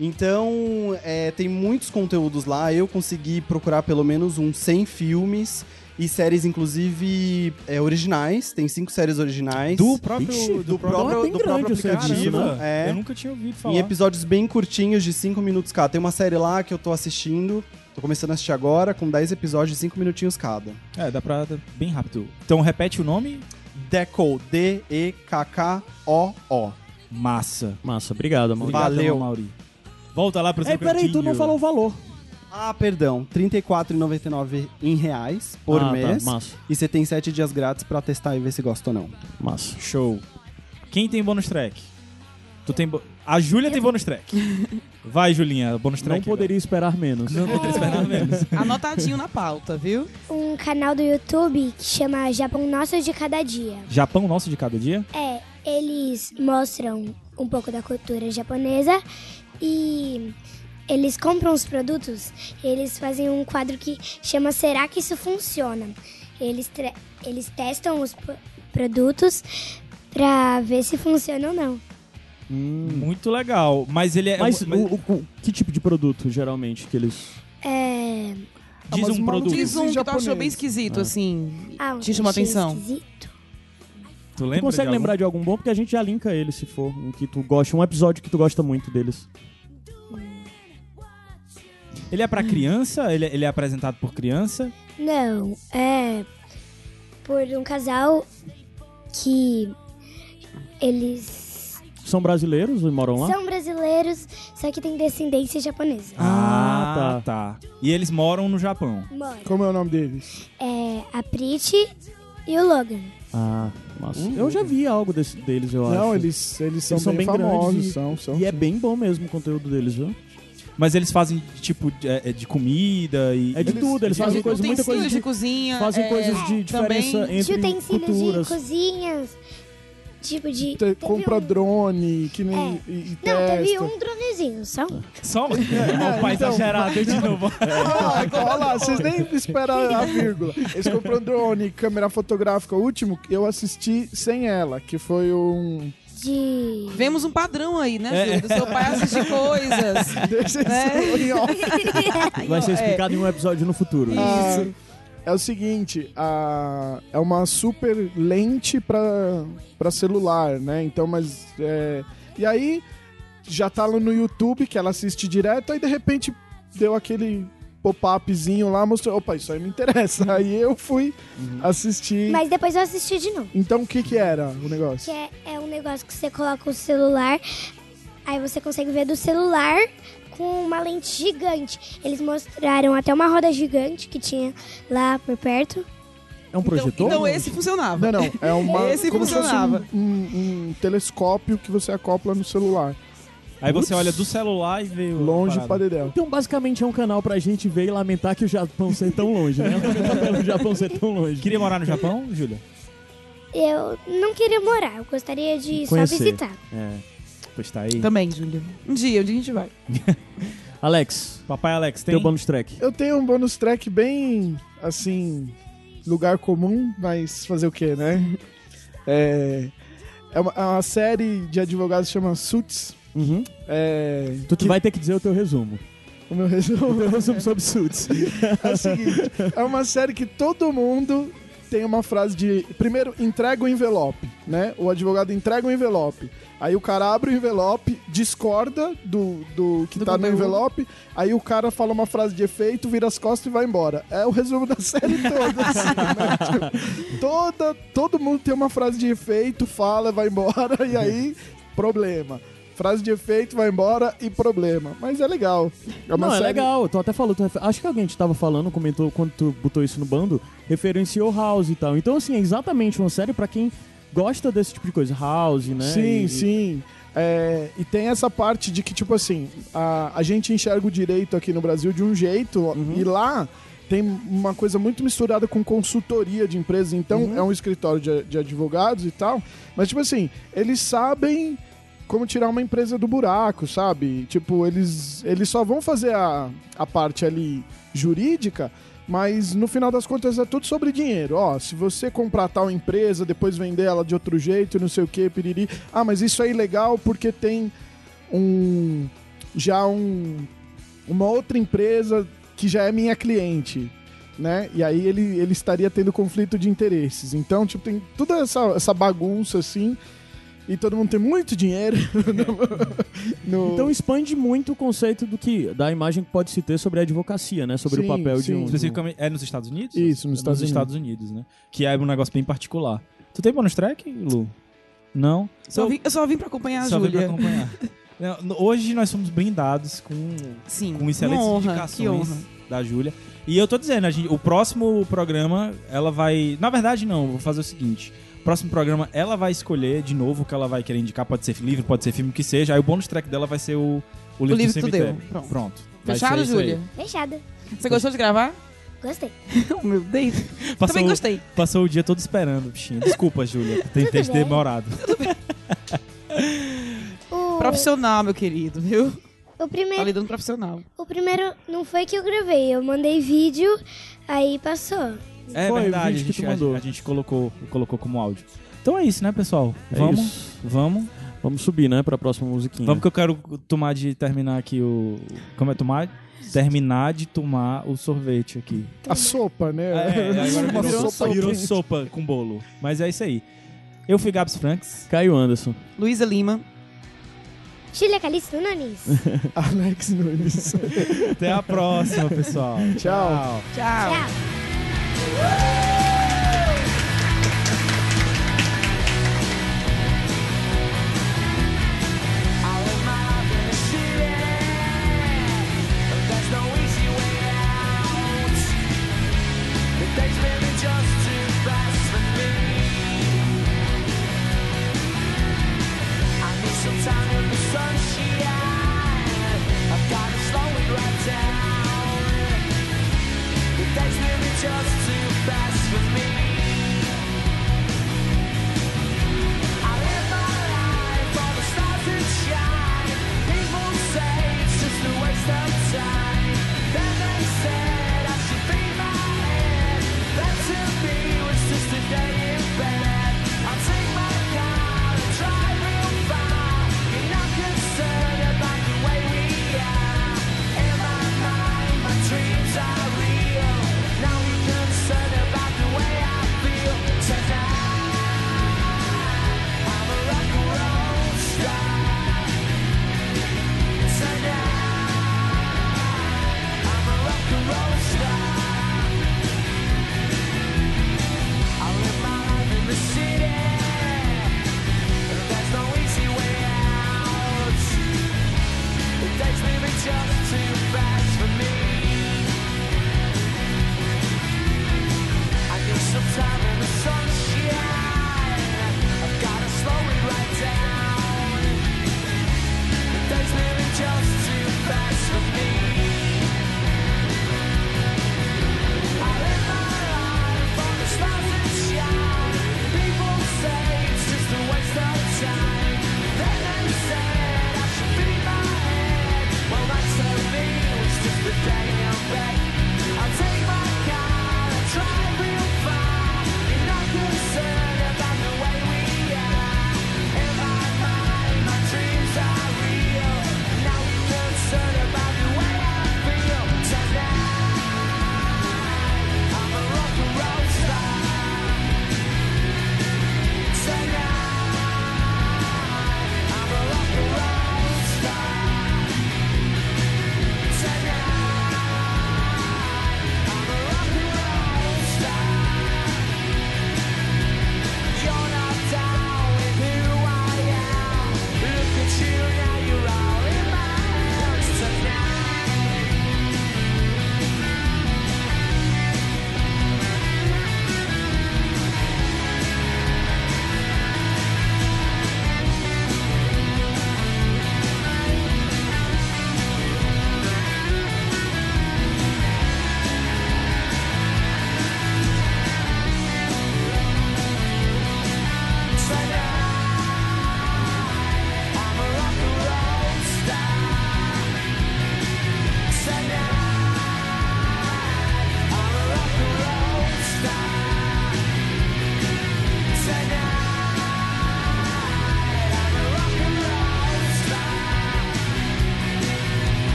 Speaker 8: Então, é, tem muitos conteúdos lá. Eu consegui procurar pelo menos uns 100 filmes e séries, inclusive, é, originais. Tem cinco séries originais.
Speaker 4: Do próprio,
Speaker 5: Ixi,
Speaker 4: do
Speaker 8: do
Speaker 4: próprio
Speaker 8: próprio,
Speaker 5: bem
Speaker 8: do
Speaker 5: grande
Speaker 8: próprio
Speaker 5: o serviço,
Speaker 8: aplicativo.
Speaker 4: Caramba,
Speaker 8: É.
Speaker 4: né? Eu nunca tinha ouvido falar.
Speaker 8: Em episódios bem curtinhos, de 5 minutos cada. Tem uma série lá que eu tô assistindo. Tô começando a assistir agora, com 10 episódios de 5 minutinhos cada.
Speaker 4: É, dá pra dá- bem rápido. Então repete o nome.
Speaker 8: Deco, D-E-K-K-O-O.
Speaker 4: Massa.
Speaker 5: Massa, obrigado, Amauri.
Speaker 8: Valeu.
Speaker 4: Mauri. Volta lá pro seu
Speaker 5: É, peraí, tu não
Speaker 4: cantinho.
Speaker 5: falou o valor.
Speaker 8: Ah, perdão. R$34,99 em reais por
Speaker 5: Ah, tá,
Speaker 8: mês.
Speaker 5: massa.
Speaker 8: E você tem 7 dias grátis pra testar e ver se gosta ou não.
Speaker 5: Massa.
Speaker 4: Show. Quem tem bônus track? Tu tem bo- A Júlia tem bônus track. Vai, Julinha, bônus
Speaker 5: Não
Speaker 4: track.
Speaker 5: poderia esperar menos.
Speaker 4: Não poderia esperar menos.
Speaker 6: Anotadinho na pauta, viu?
Speaker 1: Um canal do YouTube que chama Japão Nosso de Cada Dia.
Speaker 4: Japão nosso de cada dia?
Speaker 1: É, eles mostram um pouco da cultura japonesa e eles compram os produtos, eles fazem um quadro que chama Será que isso funciona? Eles, tre- eles testam os pro- produtos pra ver se funciona ou não.
Speaker 4: Muito legal. Mas ele é.
Speaker 5: Hum. Mas,
Speaker 4: mas
Speaker 5: o- o- o- que tipo de produto, geralmente, que eles...
Speaker 1: É.
Speaker 4: diz
Speaker 7: mas
Speaker 4: um produto.
Speaker 6: Diz um que tu achou
Speaker 7: japonês.
Speaker 6: bem esquisito, assim.
Speaker 1: Ah, um
Speaker 6: Te chamou
Speaker 1: sushi
Speaker 6: atenção.
Speaker 1: esquisito.
Speaker 4: Tu
Speaker 5: Tu
Speaker 4: lembra?
Speaker 5: consegue
Speaker 4: de algum?
Speaker 5: lembrar de algum bom? Porque a gente já linka ele, se for. Um que tu gosta, um episódio que tu gosta muito deles.
Speaker 4: Ele é
Speaker 5: Hum.
Speaker 4: pra criança? Ele é, ele é apresentado por criança?
Speaker 1: Não, é. Por um casal que. Eles
Speaker 5: São brasileiros e moram lá?
Speaker 1: São brasileiros, só que tem descendência japonesa.
Speaker 5: Ah,
Speaker 4: tá. E eles moram no Japão.
Speaker 1: Mora.
Speaker 7: Como é o nome deles?
Speaker 1: É a Prit e o Logan.
Speaker 5: Ah, massa. eu já vi algo desse, deles, eu acho.
Speaker 7: Não, eles, eles são
Speaker 5: Eles são
Speaker 7: bem,
Speaker 5: bem grandes
Speaker 7: famosos.
Speaker 5: e-
Speaker 7: São, são.
Speaker 5: E é bem bom mesmo o conteúdo deles, viu?
Speaker 4: Mas eles fazem tipo de, é- é de comida e.
Speaker 5: É de
Speaker 4: e-
Speaker 5: tudo, eles fazem coisa, muita coisa
Speaker 6: Tipo, Utensílios de
Speaker 5: de,
Speaker 6: cozinha.
Speaker 5: fazem
Speaker 6: é,
Speaker 5: coisas de diferença
Speaker 6: também-
Speaker 5: entre
Speaker 1: utensílios
Speaker 5: culturas.
Speaker 1: de cozinhas, tipo de...
Speaker 7: Te-
Speaker 1: teve
Speaker 7: compra
Speaker 1: um-
Speaker 7: drone, que nem.
Speaker 1: É.
Speaker 7: E, e
Speaker 1: Não,
Speaker 7: testa.
Speaker 1: teve um dronezinho, só um.
Speaker 4: Só
Speaker 5: É,
Speaker 4: um o pai
Speaker 7: então.
Speaker 4: exagerado de novo.
Speaker 7: Ah, olha lá, vocês nem esperaram a vírgula. Eles compraram um drone, câmera fotográfica. O último eu assisti sem ela, que foi um.
Speaker 1: De...
Speaker 6: Vemos um padrão aí, né, Júlio? Do seu pai assistir coisas.
Speaker 7: Deixa isso
Speaker 6: É.
Speaker 7: em off.
Speaker 5: Vai ser
Speaker 6: É.
Speaker 5: explicado em um episódio no futuro.
Speaker 7: Ah, é o seguinte, a- é uma super lente pra pra celular, né? Então, mas. é, e aí, já tá lá no YouTube que ela assiste direto, aí de repente deu aquele pop-upzinho lá, mostrou: opa, isso aí me interessa. Aí eu fui assistir.
Speaker 1: Mas depois eu assisti de novo.
Speaker 7: Então, o que que era o
Speaker 1: Que
Speaker 7: negócio?
Speaker 1: é, é um negócio que você coloca o celular, aí você consegue ver do celular com uma lente gigante. Eles mostraram até uma roda gigante que tinha lá por perto.
Speaker 5: É um projetor?
Speaker 6: Então esse funcionava.
Speaker 7: Não, não, é uma.
Speaker 6: Esse
Speaker 7: como se fosse um-
Speaker 6: funcionava.
Speaker 7: um, um telescópio que você acopla no celular.
Speaker 4: Aí você
Speaker 5: Putz.
Speaker 4: olha do celular e vê. o-
Speaker 7: Longe
Speaker 4: a
Speaker 7: pra
Speaker 4: parada.
Speaker 7: Dedéu.
Speaker 5: Então, basicamente, é um canal pra gente ver e lamentar que o Japão ser tão longe, né? Lamentar pelo Japão ser tão longe.
Speaker 4: Queria morar no Japão, Júlia?
Speaker 1: Eu não queria morar, eu gostaria de
Speaker 5: Conhecer.
Speaker 1: só visitar.
Speaker 5: É.
Speaker 4: Pois tá aí.
Speaker 6: Também, Júlio. Um dia, um dia a gente vai.
Speaker 5: Alex,
Speaker 4: Papai Alex, tem?
Speaker 5: teu bonus track.
Speaker 7: Eu tenho um bônus track bem, assim, lugar comum, mas fazer o quê, né? É, é, uma, é uma série de advogados que chama Suits.
Speaker 5: Uhum.
Speaker 7: É,
Speaker 5: Tu
Speaker 7: que-
Speaker 5: vai ter que dizer o teu resumo.
Speaker 7: O meu resumo
Speaker 5: O teu
Speaker 6: um
Speaker 5: resumo sobre suits.
Speaker 7: é o seguinte. É uma série que todo mundo tem uma frase de... Primeiro, entrega o envelope, né? O advogado entrega o envelope. Aí o cara abre o envelope, discorda do, do que
Speaker 6: Do
Speaker 7: tá no
Speaker 6: conteúdo.
Speaker 7: envelope. Aí o cara fala uma frase de efeito, vira as costas e vai embora. É o resumo da série toda. assim, né? Tipo, toda todo mundo tem uma frase de efeito, fala, vai embora e aí problema. Frase de efeito, vai embora e problema. Mas é legal. É uma
Speaker 5: Não, é
Speaker 7: série...
Speaker 5: legal. Tu até falou. tu refer- Acho que alguém te tava falando, comentou quando tu botou isso no bando, referenciou House e tal. Então, assim, é exatamente uma série pra quem gosta desse tipo de coisa. House, né?
Speaker 7: Sim,
Speaker 5: E-
Speaker 7: sim. É, e tem essa parte de que, tipo assim, a, a gente enxerga o direito aqui no Brasil de um jeito,
Speaker 5: Uhum.
Speaker 7: e lá tem uma coisa muito misturada com consultoria de empresas. Então,
Speaker 5: Uhum.
Speaker 7: é um escritório de, de advogados e tal. Mas, tipo assim, eles sabem como tirar uma empresa do buraco, sabe? Tipo, eles, eles só vão fazer a, a parte ali jurídica, mas no final das contas é tudo sobre dinheiro. Ó, se você comprar tal empresa, depois vender ela de outro jeito, não sei o que, piriri. Ah, mas isso é ilegal porque tem um. já um. uma outra empresa que já é minha cliente. Né? E aí ele, ele estaria tendo conflito de interesses. Então, tipo, tem toda essa, essa bagunça assim. E todo mundo tem muito dinheiro. no- no-
Speaker 5: Então expande muito o conceito do que da imagem que pode se ter sobre a advocacia, né? Sobre
Speaker 7: Sim,
Speaker 5: o papel
Speaker 7: sim.
Speaker 5: de um.
Speaker 4: Especificamente, é nos Estados Unidos?
Speaker 7: Uhum. Isso,
Speaker 4: É
Speaker 7: nos Estados Unidos.
Speaker 4: Estados Unidos, né? Que é um negócio bem particular. Tu tem bonus track, Lu? Não?
Speaker 6: Só
Speaker 4: Eu-
Speaker 6: vim, eu só vim pra acompanhar a
Speaker 4: Só vem pra
Speaker 6: Júlia.
Speaker 4: acompanhar. Não, Hoje nós somos blindados com,
Speaker 6: Sim.
Speaker 4: com excelentes
Speaker 6: Uma honra, Que
Speaker 4: indicações
Speaker 6: honra.
Speaker 4: da Júlia. E eu tô dizendo, a gente, o próximo programa ela vai. Na verdade, não, vou fazer o seguinte. O próximo programa ela vai escolher de novo o que ela vai querer indicar. Pode ser livro, pode ser filme, o que seja. Aí o bônus track dela vai ser o, o livro
Speaker 6: livro
Speaker 4: do
Speaker 6: que tu
Speaker 4: cemitério.
Speaker 6: deu. Pronto.
Speaker 4: Vai ser
Speaker 6: Fechado,
Speaker 4: isso aí.
Speaker 6: Júlia?
Speaker 1: Fechado.
Speaker 6: Você gostou de gravar?
Speaker 1: Gostei.
Speaker 6: Meu Deus.
Speaker 4: Passou,
Speaker 6: Também gostei.
Speaker 4: passou o dia todo esperando, bichinho. Desculpa, Júlia, por ter ter
Speaker 1: bem.
Speaker 4: demorado.
Speaker 1: O,
Speaker 6: Profissional, meu querido, viu?
Speaker 1: o
Speaker 6: Tá
Speaker 1: primeiro,
Speaker 6: lidando com profissional.
Speaker 1: o primeiro não foi que eu gravei, eu mandei vídeo, aí passou.
Speaker 4: É
Speaker 7: Foi, o
Speaker 4: verdade, a
Speaker 7: vídeo que
Speaker 4: gente,
Speaker 7: tu
Speaker 4: a
Speaker 7: mandou.
Speaker 4: gente- a gente colocou, colocou como áudio. Então é isso, né, pessoal?
Speaker 5: É
Speaker 4: vamos,
Speaker 5: isso.
Speaker 4: vamos.
Speaker 5: Vamos subir, né, pra próxima musiquinha.
Speaker 4: Vamos que eu quero tomar de terminar aqui o. Como é tomar? Terminar de tomar o sorvete aqui.
Speaker 7: A sopa, né?
Speaker 4: É, agora
Speaker 7: Uma
Speaker 4: virou,
Speaker 7: sopa
Speaker 4: sopa, virou
Speaker 7: quente.
Speaker 4: sopa com bolo. Mas é isso aí. Eu fui Gabs Franks.
Speaker 5: Caio Anderson.
Speaker 6: Luísa Lima.
Speaker 1: Chile é Calixto Nunes.
Speaker 7: Alex Nunes.
Speaker 4: Até a próxima, pessoal.
Speaker 7: Tchau.
Speaker 6: Tchau.
Speaker 1: Tchau.
Speaker 9: Just too fast for me